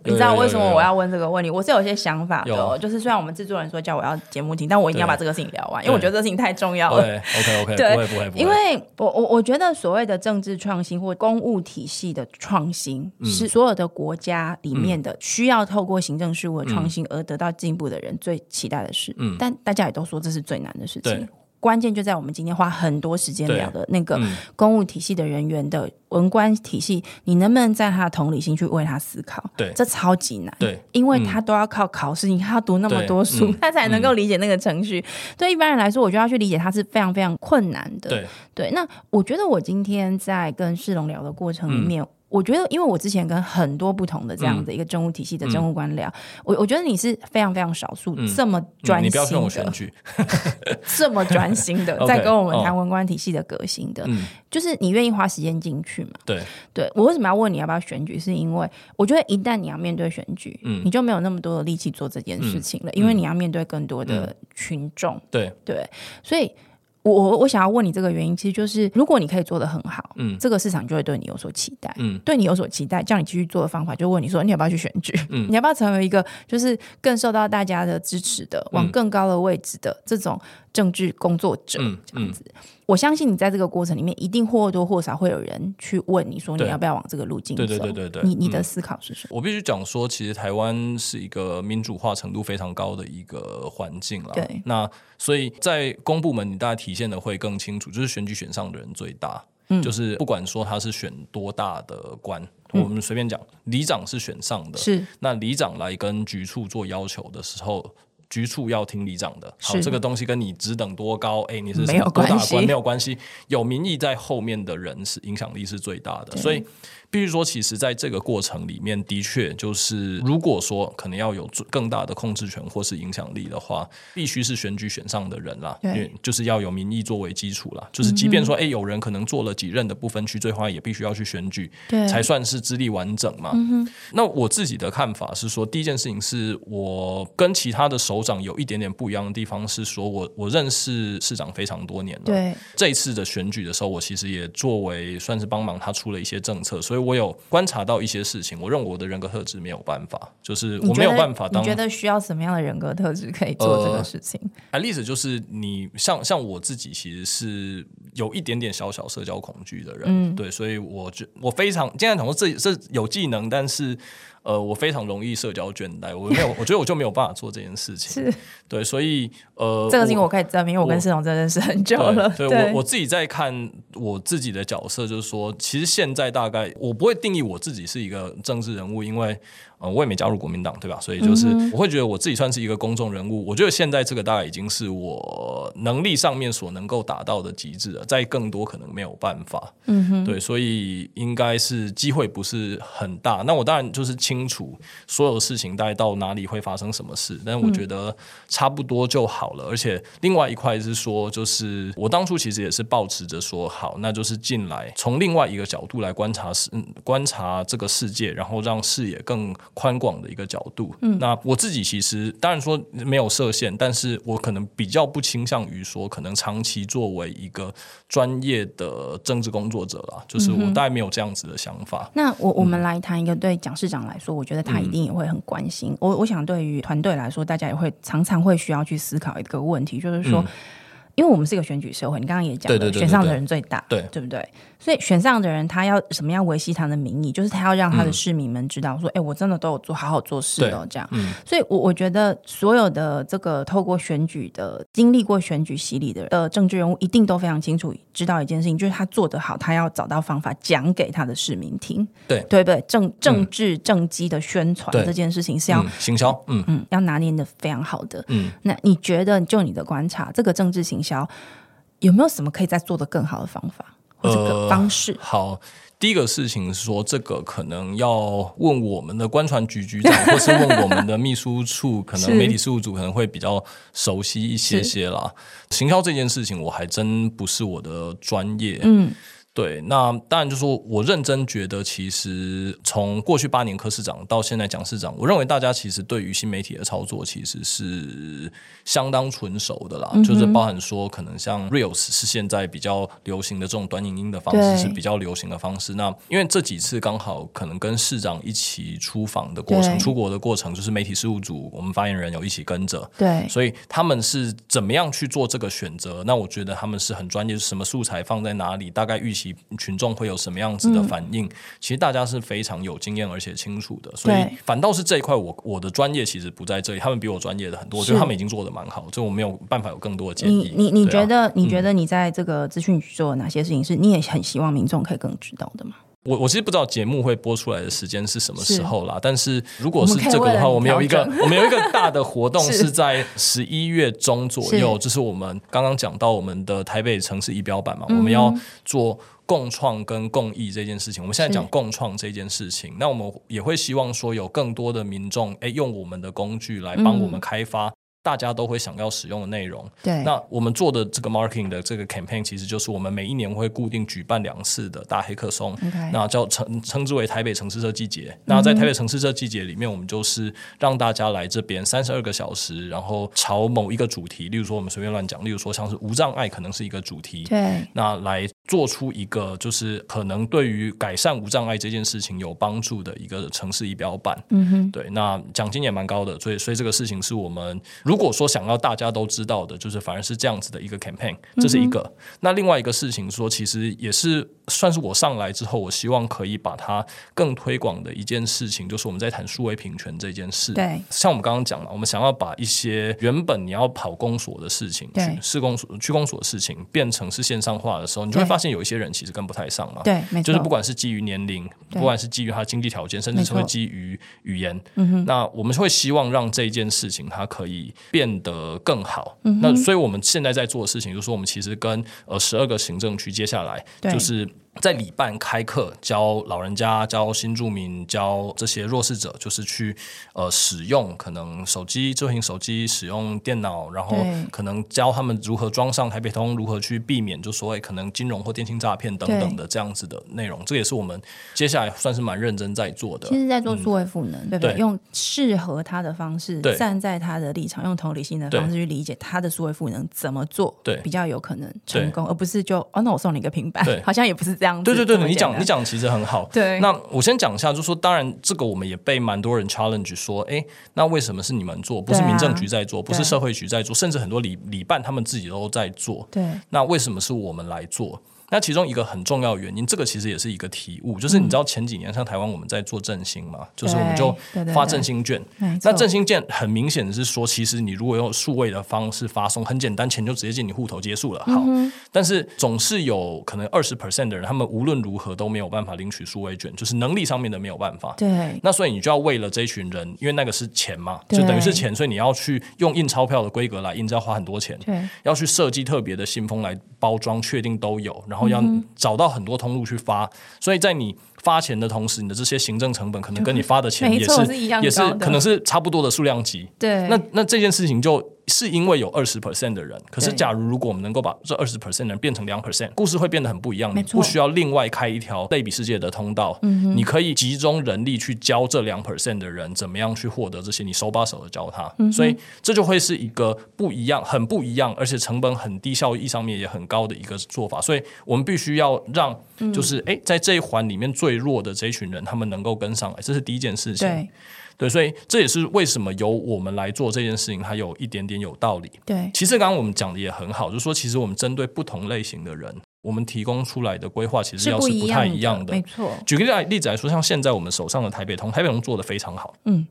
B: 你知道为什么我
C: 要？
B: 要问这个问题？我是有些想法的哦，
C: 有啊
B: 就是虽然我们制作人说叫我要节目停，但我一定要
C: 对
B: 把这个事情聊完，因为我
C: 对
B: 觉
C: 哦
B: 得这个事情太重要了。
C: 对，OK OK，
B: 对
C: 不会不会不会，
B: 因为我我我觉得所谓的政治创新或公务体系的创新，
C: 嗯
B: 是所有的国家里面的需要透过行政事务的创新而得到进步的人最期待的事。
C: 嗯
B: 但大家也都说这是最难的事情
C: 对。
B: 关键就在我们今天花很多时间
C: 对
B: 聊的那个
C: 嗯
B: 公务体系的人员的文官体系，你能不能在他的同理心去为他思考？
C: 对
B: 这超级难。
C: 对嗯
B: 因为他都要靠考试，你看他读那么多书，
C: 对嗯
B: 他才能够理解那个程序。对一般人来说，我就要去理解它是非常非常困难的。
C: 对嗯
B: 对，那我觉得我今天在跟世龙聊的过程
C: 嗯
B: 里面，我觉得因为我之前跟很多不同的这样的一个政务体系的政务官聊，我我觉得你是非常非常少数、这么呃专
C: 嗯嗯
B: 心
C: 你不要劝我选
B: 的、
C: 举，
B: (laughs) 这么专心的
C: (laughs) OK，
B: 在跟我们谈
C: 哦
B: 文官体系的革新的，
C: 嗯，
B: 就是你愿意花时间进去嘛？
C: 对
B: 对我为什么要问你要不要选举？是因为我觉得一旦你要面对选举，
C: 嗯
B: 你就没有那么多的力
C: 嗯
B: 气做这件事情了，因为你要面对更多的群众。
C: 对，
B: 对，所以。我我我想要问你这个原因，其实就是如果你可以做的很好，
C: 嗯
B: 这个市场就会对你有所期待，
C: 嗯
B: 对你有所期待，叫你继续做的方法，就问你说你要不要去选举， (laughs)
C: 嗯
B: 你要不要成为一个就是更受到大家的支持的，往更高的位置的这种政治工作者，
C: 嗯
B: 这样
C: 嗯
B: 子。我相信你在这个过程里面，一定或多或少会有人去问你说你
C: 对
B: 要不要往这个路径走，
C: 对对对对对
B: 你你的
C: 嗯
B: 思考是什么？
C: 我必须讲说，其实台湾是一个民主化程度非常高的一个环境啦。
B: 对
C: 那所以在公部门，你大概体现的会更清楚，就是选举选上的人最大。
B: 嗯
C: 就是不管说他是选多大的官，我们随便讲，里长是选上的，
B: 是
C: 那里长来跟局处做要求的时候，局处要听里长的。好，
B: 是
C: 这个东西跟你职等多高，哎，你是
B: 没有
C: 多
B: 关
C: 大的官
B: 系
C: 没有关系。有民意在后面的人是影响力是最大的，所以必须说，其实在这个过程里面，的确就是如果说可能要有最更大的控制权或是影响力的话，必须是选举选上的人啦，
B: 对嗯
C: 因为就是要有民意作为基础啦。就是即便说，哎，有人可能做了几任的不分区，最后也必须要去选举，
B: 对嗯
C: 才算是资历完整嘛。那我自己的看法是说，第一件事情是我跟其他的首长有一点点不一样的地方是说我，我认识市长非常多年了。
B: 对，
C: 这一次的选举的时候，我其实也作为算是帮忙他出了一些政策，所以我有观察到一些事情。我认为我的人格特质没有办法，就是
B: 你
C: 我
B: 觉
C: 没有
B: 得
C: 办法当
B: 你
C: 呃
B: 觉得需要什么样的人格特质可以做这个事情？
C: at least 就是你像像我自己，其实是有一点点小小社交恐惧的人，
B: 嗯
C: 对，所以我就我非常现在讲说这这有技能，但是呃，我非常容易社交倦怠，我没有，我觉得我就没有办法做这件事情，对，所以呃，
B: 这个事情
C: 我
B: 我可以证明，因为我跟
C: 我
B: 市长真的认识很久了。
C: 对，对我我自己在看我自己的角色，就是说，其实现在大概我不会定义我自己是一个政治人物，因为呃，我也没加入国民党，对吧？所以就是
B: 嗯
C: 我会觉得我自己算是一个公众人物。我觉得现在这个大概已经是我能力上面所能够达到的极致了，再更多可能没有办法。嗯哼，对，所以应该是机会不是很大。那我当然就是清楚所有事情大概到哪里会发生什么事，但我觉得差不多就好了。而且另外一块是说，就是我当初其实也是抱持着说，好，那就是进来从另外一个角度来观察世、嗯观察这个世界，然后让视野更宽广的一个角度。嗯，那我自己其实当然说没有设限，但是我可能比较不倾向于说，可能长期作为一个专业的政治工作者啦，就是我大概没有这样子的想法。
B: 那我
C: 嗯
B: 我们来谈一个对蒋市长来说，我觉得他一定也会很关心。我我想对于团队来说，大家也会常常会需要去思考一个问题，就是说，因为我们是一个选举社会，你刚刚也讲了，
C: 嗯对对对对
B: 选上的人最大，
C: 对
B: 对不对？所以选上的人他要什么样维系他的民意，就是他要让他
C: 嗯
B: 的市民们知道说，哎、我真的都有做好好做事哦，这样。
C: 嗯
B: 所以我我觉得所有的这个透过选举的经历过选举洗礼的的政治人物，一定都非常清楚知道一件事情，就是他做得好，他要找到方法讲给他的市民听。
C: 对嗯
B: 对不对？政政治政绩的宣传
C: 对
B: 这件事情是要
C: 嗯，行销，嗯
B: 嗯要拿捏的非常好的。
C: 嗯。
B: 那你觉得就你的观察，这个政治行销有没有什么可以再做得更好的方法或者个
C: 呃
B: 方式？
C: 好，第一个事情是说，这个可能要问我们的官船局局长，或是问我们的秘书处，可
B: 是
C: 能媒体事务组可能会比较熟悉一些些啦。行销这件事情，我还真不是我的专业。
B: 嗯，
C: 对，那当然就是说我认真觉得，其实从过去八年柯市长到现在蒋市长，我认为大家其实对于新媒体的操作其实是相当纯熟的
B: 嗯
C: 啦，就是包含说可能像 Reels 是现在比较流行的这种短影音的方式
B: 对
C: 是比较流行的方式。那因为这几次刚好可能跟市长一起出访的过
B: 对
C: 程，出国的过程，就是媒体事务组我们发言人有一起跟着，
B: 对，
C: 所以他们是怎么样去做这个选择？那我觉得他们是很专业，什么素材放在哪里，大概预期群众会有什么样子
B: 嗯
C: 的反应。其实大家是非常有经验而且清楚的，所以
B: 对
C: 反倒是这一块我我的专业其实不在这里，他们比我专业的很多，我觉
B: 是
C: 得他们已经做的蛮好，这我没有办法有更多的建
B: 你
C: 议。
B: 你你
C: 对啊
B: 觉得、你觉得你在这个资讯局做了哪些事情是你也很希望民众可以更知道的吗？
C: 我我其实不知道节目会播出来的时间是什么时候啦，但是如果
B: 我们
C: 是
B: 可以
C: 这个的话，
B: 为了你
C: 我们有一个
B: 调
C: 我们有一个大的活动
B: (laughs) 是
C: 是在十一月中左右，
B: 是
C: 就是我们刚刚讲到我们的台北城市仪表板嘛，我
B: 嗯
C: 们要做。共创跟共益这件事情，我们现在讲
B: 是
C: 共创这件事情，那我们也会希望说有更多的民众，哎，用我们的工具来帮我们开发大家都会想要使用的内容。
B: 嗯对，
C: 那我们做的这个 marketing 的这个 campaign，其实就是我们每一年会固定举办两次的大黑客松
B: OK
C: 那叫称称之为台北城市设计节。那在台北城市设计节里面，我们就是让大家来这边三十二个小时，然后朝某一个主题，例如说我们随便乱讲，例如说像是无障碍可能是一个主题，
B: 对，
C: 那来做出一个就是可能对于改善无障碍这件事情有帮助的一个城市仪表板。
B: 嗯哼，
C: 对，那奖金也蛮高的，所以所以这个事情是我们如果说想要大家都知道的，就是反而是这样子的一个 campaign，这
B: 嗯
C: 是一个。那另外一个事情说，其实也是算是我上来之后，我希望可以把它更推广的一件事情，就是我们在谈数位平权这件事。
B: 对，
C: 像我们刚刚讲了，我们想要把一些原本你要跑公所的事情，
B: 对
C: 去市公所、区公所的事情，变成是线上化的时候，你就会
B: 对
C: 发现有一些人其实跟不太上嘛。
B: 对，没错，
C: 就是不管是基于年龄，
B: 对
C: 不管是基于他的经济条件，甚至是
B: 没
C: 会
B: 错嗯
C: 基于语言，那我们会希望让这一件事情它可以变得更好。
B: 嗯
C: 那所以我们现在在做的事情，就是说我们其实跟呃十二个行政区接下来
B: 对
C: 就是。在礼办开课，教老人家、教新住民、教这些弱势者，就是去呃使用可能手机、智慧型手机、使用电脑，然后
B: 对
C: 可能教他们如何装上台北通，如何去避免就所谓可能金融或电信诈骗等等的这样子的内容。这也是我们接下来算是蛮认真在做的。
B: 其实在做数位赋能，对不对？
C: 嗯对
B: 用适合他的方式
C: 对，
B: 站在他的立场，用同理心的方式去理解他的数位赋能怎么做，
C: 对
B: 比较有可能成功，而不是就哦，那我送你一个平板
C: 对，
B: (laughs) 好像也不是这样子。
C: 对对
B: 这么
C: 对，你
B: 简单
C: 讲你，讲其实很好。
B: 对
C: 那我先讲一下，就说当然这个我们也被蛮多人 challenge 说，哎，那为什么是你们做，不是
B: 对啊
C: 民政局在做，不是
B: 对
C: 社会局在做，甚至很多里里办他们自己都在做，
B: 对
C: 那为什么是我们来做？那其中一个很重要的原因，这个其实也是一个体悟，就是你知道前几年像台湾我们在做振兴嘛，就是我们就
B: 嗯对对对
C: 发振兴券，
B: 没错
C: 那振兴券很明显是说，其实你如果用数位的方式发送，很简单，钱就直接进你户头结束了。好，
B: 嗯
C: 但是总是有可能二十 percent 的人，他们无论如何都没有办法领取数位券，就是能力上面的没有办法。
B: 对
C: 那所以你就要为了这一群人，因为那个是钱嘛，就
B: 对
C: 等于是钱，所以你要去用印钞票的规格来印，这要花很多钱。
B: 对
C: 要去设计特别的信封来包装，确定都有，然后要
B: 嗯
C: 找到很多通路去发。所以在你发钱的同时，你的这些行政成本可能跟你发的钱
B: 没
C: 也
B: 错
C: 是
B: 是一样
C: 也是
B: 高的
C: 可能是差不多的数量级。
B: 对，
C: 那那这件事情就是因为有二十 percent 的人，可是
B: 对
C: 假如如果我们能够把这二十 percent 人变成两 percent，故事会变得很不一样。你
B: 没错
C: 不需要另外开一条类比世界的通道，
B: 嗯
C: 你可以集中人力去教这两 percent 的人怎么样去获得这些，你手把手的教他。
B: 嗯
C: 所以这就会是一个不一样、很不一样，而且成本很低、效益上面也很高的一个做法。所以我们必须要让，就是
B: 嗯
C: 诶，在这一环里面最弱的这一群人，他们能够跟上来，这是第一件事情。
B: 对
C: 对，所以这也是为什么由我们来做这件事情，它有一点点有道理。
B: 对
C: 其实刚刚我们讲的也很好，就是说其实我们针对不同类型的人，我们提供出来的规划其实要
B: 不
C: 是
B: 一
C: 不太一
B: 样
C: 样的。
B: 没错，
C: 举个例来例子来说，像现在我们手上的台北通，台北通做的非常好。
B: 嗯，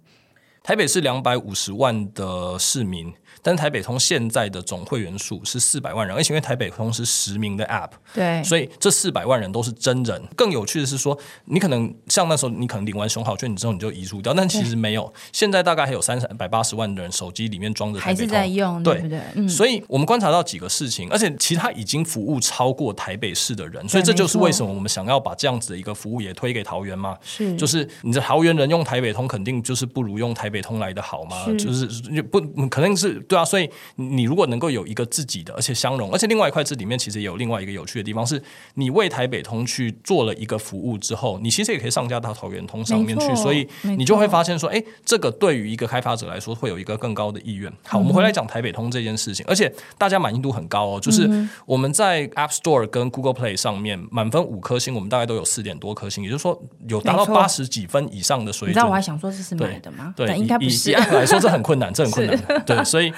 C: 台北是两百五十万的市民，但台北通现在的总会员数是四百万人，而且因为台北通是实名的 App，
B: 对，
C: 所以这四百万人都是真人。更有趣的是说，你可能像那时候，你可能领完熊好券之后你就移除掉，但其实没有。现在大概还有三百八十万的人手机里面装着台
B: 还
C: 北
B: 是
C: 通
B: 在用，
C: 对
B: 对不对？嗯，
C: 所以我们观察到几个事情，而且其他已经服务超过台北市的人，所以这就是为什么我们想要把这样子的一个服务也推给桃园嘛。
B: 是
C: 就是你的桃园人用台北通，肯定就是不如用台北通来的好嘛。
B: 是
C: 就是不可能是对啊，所以你如果能够有一个自己的，而且相容，而且另外一块这里面其实也有另外一个有趣的地方是，你为台北通去做了一个服务之后，你其实也可以上架到桃园通上面去，
B: 没错
C: 所以
B: 没错
C: 你就会发现说，哎，这个对于一个开发者来说会有一个更高的意愿。
B: 嗯
C: 好，我们回来讲台北通这件事情，而且大家满意度很高哦，
B: 嗯
C: 就是我们在 App Store 跟 Google Play 上面满分五颗星，我们大概都有四点多颗星，也就是说有达到
B: 没错
C: 八十几分以上的水
B: 你知道我还
C: 准。
B: 想说这是
C: 对
B: 买的吗？
C: 对，
B: 但应该
C: 以
B: 不
C: 以
B: 是
C: 以，按来说， (laughs) 这很困难，这很困难。对，所以，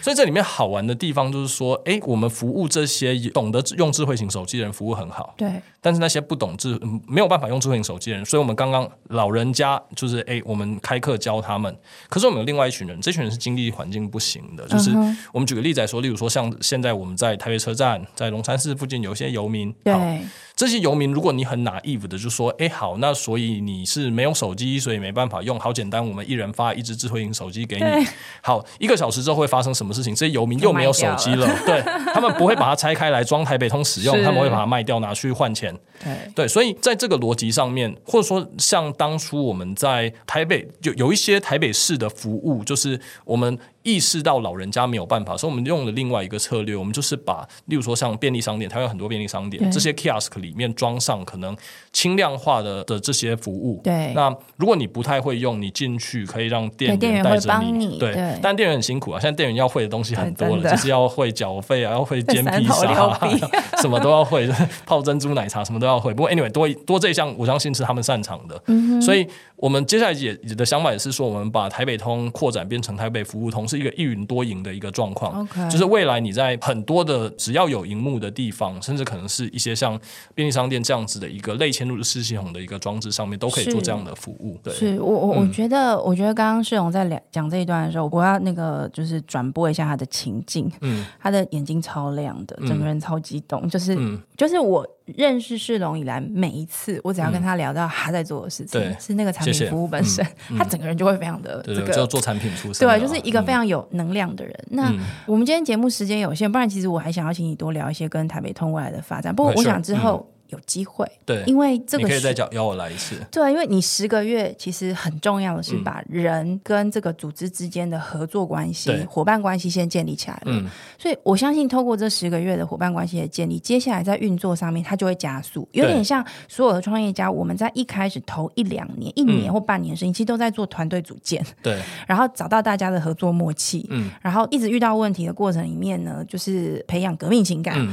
C: 所以这里面好玩的地方就是说，哎，我们服务这些懂得用智慧型手机的人，服务很好。
B: 对
C: 但是那些不懂智、嗯没有办法用智慧型手机的人，所以我们刚刚老人家就是诶，我们开课教他们。可是我们有另外一群人，这群人是经济环境不行的，
B: 嗯
C: 就是我们举个例子来说，例如说像现在我们在台北车站，在龙山寺附近有一些游民，好，
B: 对
C: 这些游民，如果你很 naive 的就说，诶，好，那所以你是没有手机，所以没办法用，好简单，我们一人发一只智慧型手机给你
B: 对，
C: 好，一个小时之后会发生什么事情？这些游民又没有手机
B: (laughs)
C: 了，对他们不会把它拆开来装台北通使用，
B: 是
C: 他们会把它卖掉拿去换钱。
B: 对
C: 对，所以在这个逻辑上面，或者说像当初我们在台北有有一些台北市的服务，就是我们意识到老人家没有办法，所以我们用了另外一个策略，我们就是把，例如说像便利商店，台湾有很多便利商店，
B: 对
C: 这些 kiosk 里面装上可能轻量化的的这些服务。
B: 对
C: 那如果你不太会用，你进去可以让店
B: 对店
C: 员
B: 员
C: 带
B: 会
C: 着
B: 帮你
C: 对，
B: 对
C: 但店员很辛苦啊，现在店员要会的东西很多
B: 对真
C: 了，
B: 的
C: 就是要会缴费啊，要会煎
B: 三
C: 披
B: 头
C: 萨
B: 六
C: 啊、
B: 臂
C: (laughs) 什么都要会， (laughs) 泡珍珠奶茶什么都要会。不过 anyway，多多这一项，我相信是他们擅长的。
B: 嗯
C: 所以我们接下来也也的想法也是说，我们把台北通扩展变成台北服务通，是一个一云多赢的一个状况。
B: OK
C: 就是未来你在很多的只要有荧幕的地方，甚至可能是一些像便利商店这样子的一个类嵌入式系统的一个装置上面，都可以做
B: 是
C: 这样的服务。对，
B: 是我我我
C: 嗯
B: 觉得，我觉得刚刚世荣在聊讲这一段的时候，我要那个就是转播一下他的情境，
C: 嗯
B: 他的眼睛超亮的，整个人超激动，就是、
C: 嗯
B: 就是我认识世荣以来，每一次我只要跟他聊到他在做的事情，
C: 嗯对
B: 是那个产
C: 谢谢嗯
B: 品服务本身， (laughs) 他整个人就会非常的
C: 对
B: 这
C: 对，就
B: 个。
C: 做产品出身的啊、
B: 对，就是一个非常有能量的人。那
C: 嗯
B: 我们今天节目时间有限，不然其实我还想要请你多聊一些跟台北通未来的发展。不过
C: 哎
B: 我
C: ，sure，
B: 想之后有机会，
C: 对，
B: 因为这
C: 嗯你
B: 个
C: 可以
B: 是
C: 再叫邀我来一次。
B: 对，啊因为你十个月其实很重要的
C: 嗯
B: 是把人跟这个组织之间的合作关系、
C: 对
B: 伙伴关系先建立起来了。
C: 嗯
B: 所以我相信，透过这十个月的伙伴关系的建立，接下来在运作上面它就会加速，有点像所有的创业家，我们在一开始头一两年、一
C: 嗯
B: 年或半年的时间，其实都在做团队组建，
C: 对，
B: 然后找到大家的合作默契，
C: 嗯
B: 然后一直遇到问题的过程里面呢，就是培养革命情感，
C: 嗯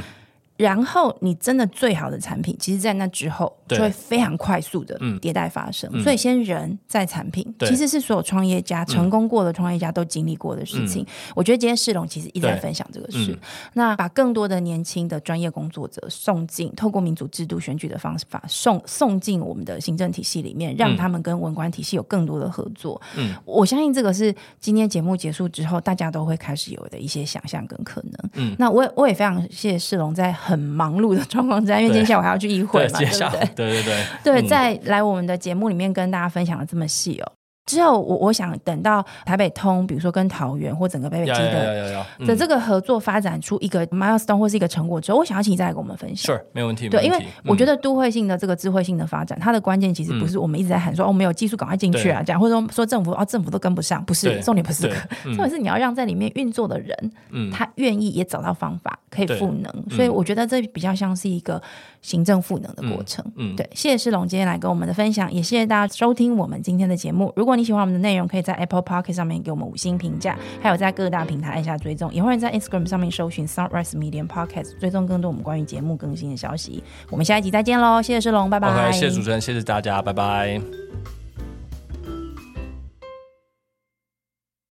B: 然后你真的最好的产品，其实，在那之后
C: 对
B: 就会非常快速的
C: 嗯
B: 迭代发生。
C: 嗯
B: 所以，先人再产品，
C: 对嗯
B: 其实是所有创业家、成功过的创业家都经历过的事情。我觉得今天世龙其实一直在
C: 对
B: 分享这个事。
C: 嗯
B: 那把更多的年轻的专业工作者送进，透过民主制度选举的方法送送进我们的行政体系里面，让他们跟文官体系有更多的合作。
C: 嗯，
B: 我相信这个是今天节目结束之后，大家都会开始有的一些想象跟可能。
C: 嗯，
B: 那我也我也非常谢谢世龙在很忙碌的状况之下，因为今天下午还要去议会
C: 对，
B: 嘛，
C: 接
B: 对
C: 下
B: 不
C: 来
B: 对？
C: 对对对，
B: 对，
C: 嗯
B: 在来我们的节目里面跟大家分享的这么细哦。之后我我想等到台北通，比如说跟桃园或整个北北基
C: 呀呀呀
B: 的
C: 呀呀，
B: 的
C: 嗯
B: 这个合作发展出一个 milestone 或是一个成果之后，我想要请你再来跟我们分享。
C: Sure，没有问题。
B: 对，
C: 没
B: 因
C: 问
B: 为
C: 题
B: 我觉
C: 嗯
B: 得都会性的这个智慧性的发展，它的关键其实不是我们一直在喊说、哦，我们有技术赶快进去啊，这样或者说说政府哦，政府都跟不上，不是
C: 对
B: 重点不是这个
C: 对，
B: 重点是你要让在里面运作的人，
C: 嗯
B: 他愿意也找到方法可以
C: 对嗯
B: 赋能，所以我觉得这比较像是一个行政赋能的过程。
C: 嗯嗯
B: 对，谢谢世龙今天来跟我们的分享，也谢谢大家收听我们今天的节目。如果你喜欢我们的内容，可以在 Apple p o c k e t 上面给我们五星评价，还有在各大平台按下追踪，也欢迎在 Instagram 上面搜寻 Sunrise Media Podcast，追踪更多我们关于节目更新的消息。我们下一集再见喽，谢谢世龙，拜拜。
C: OK，谢谢主持人，谢谢大家，拜拜。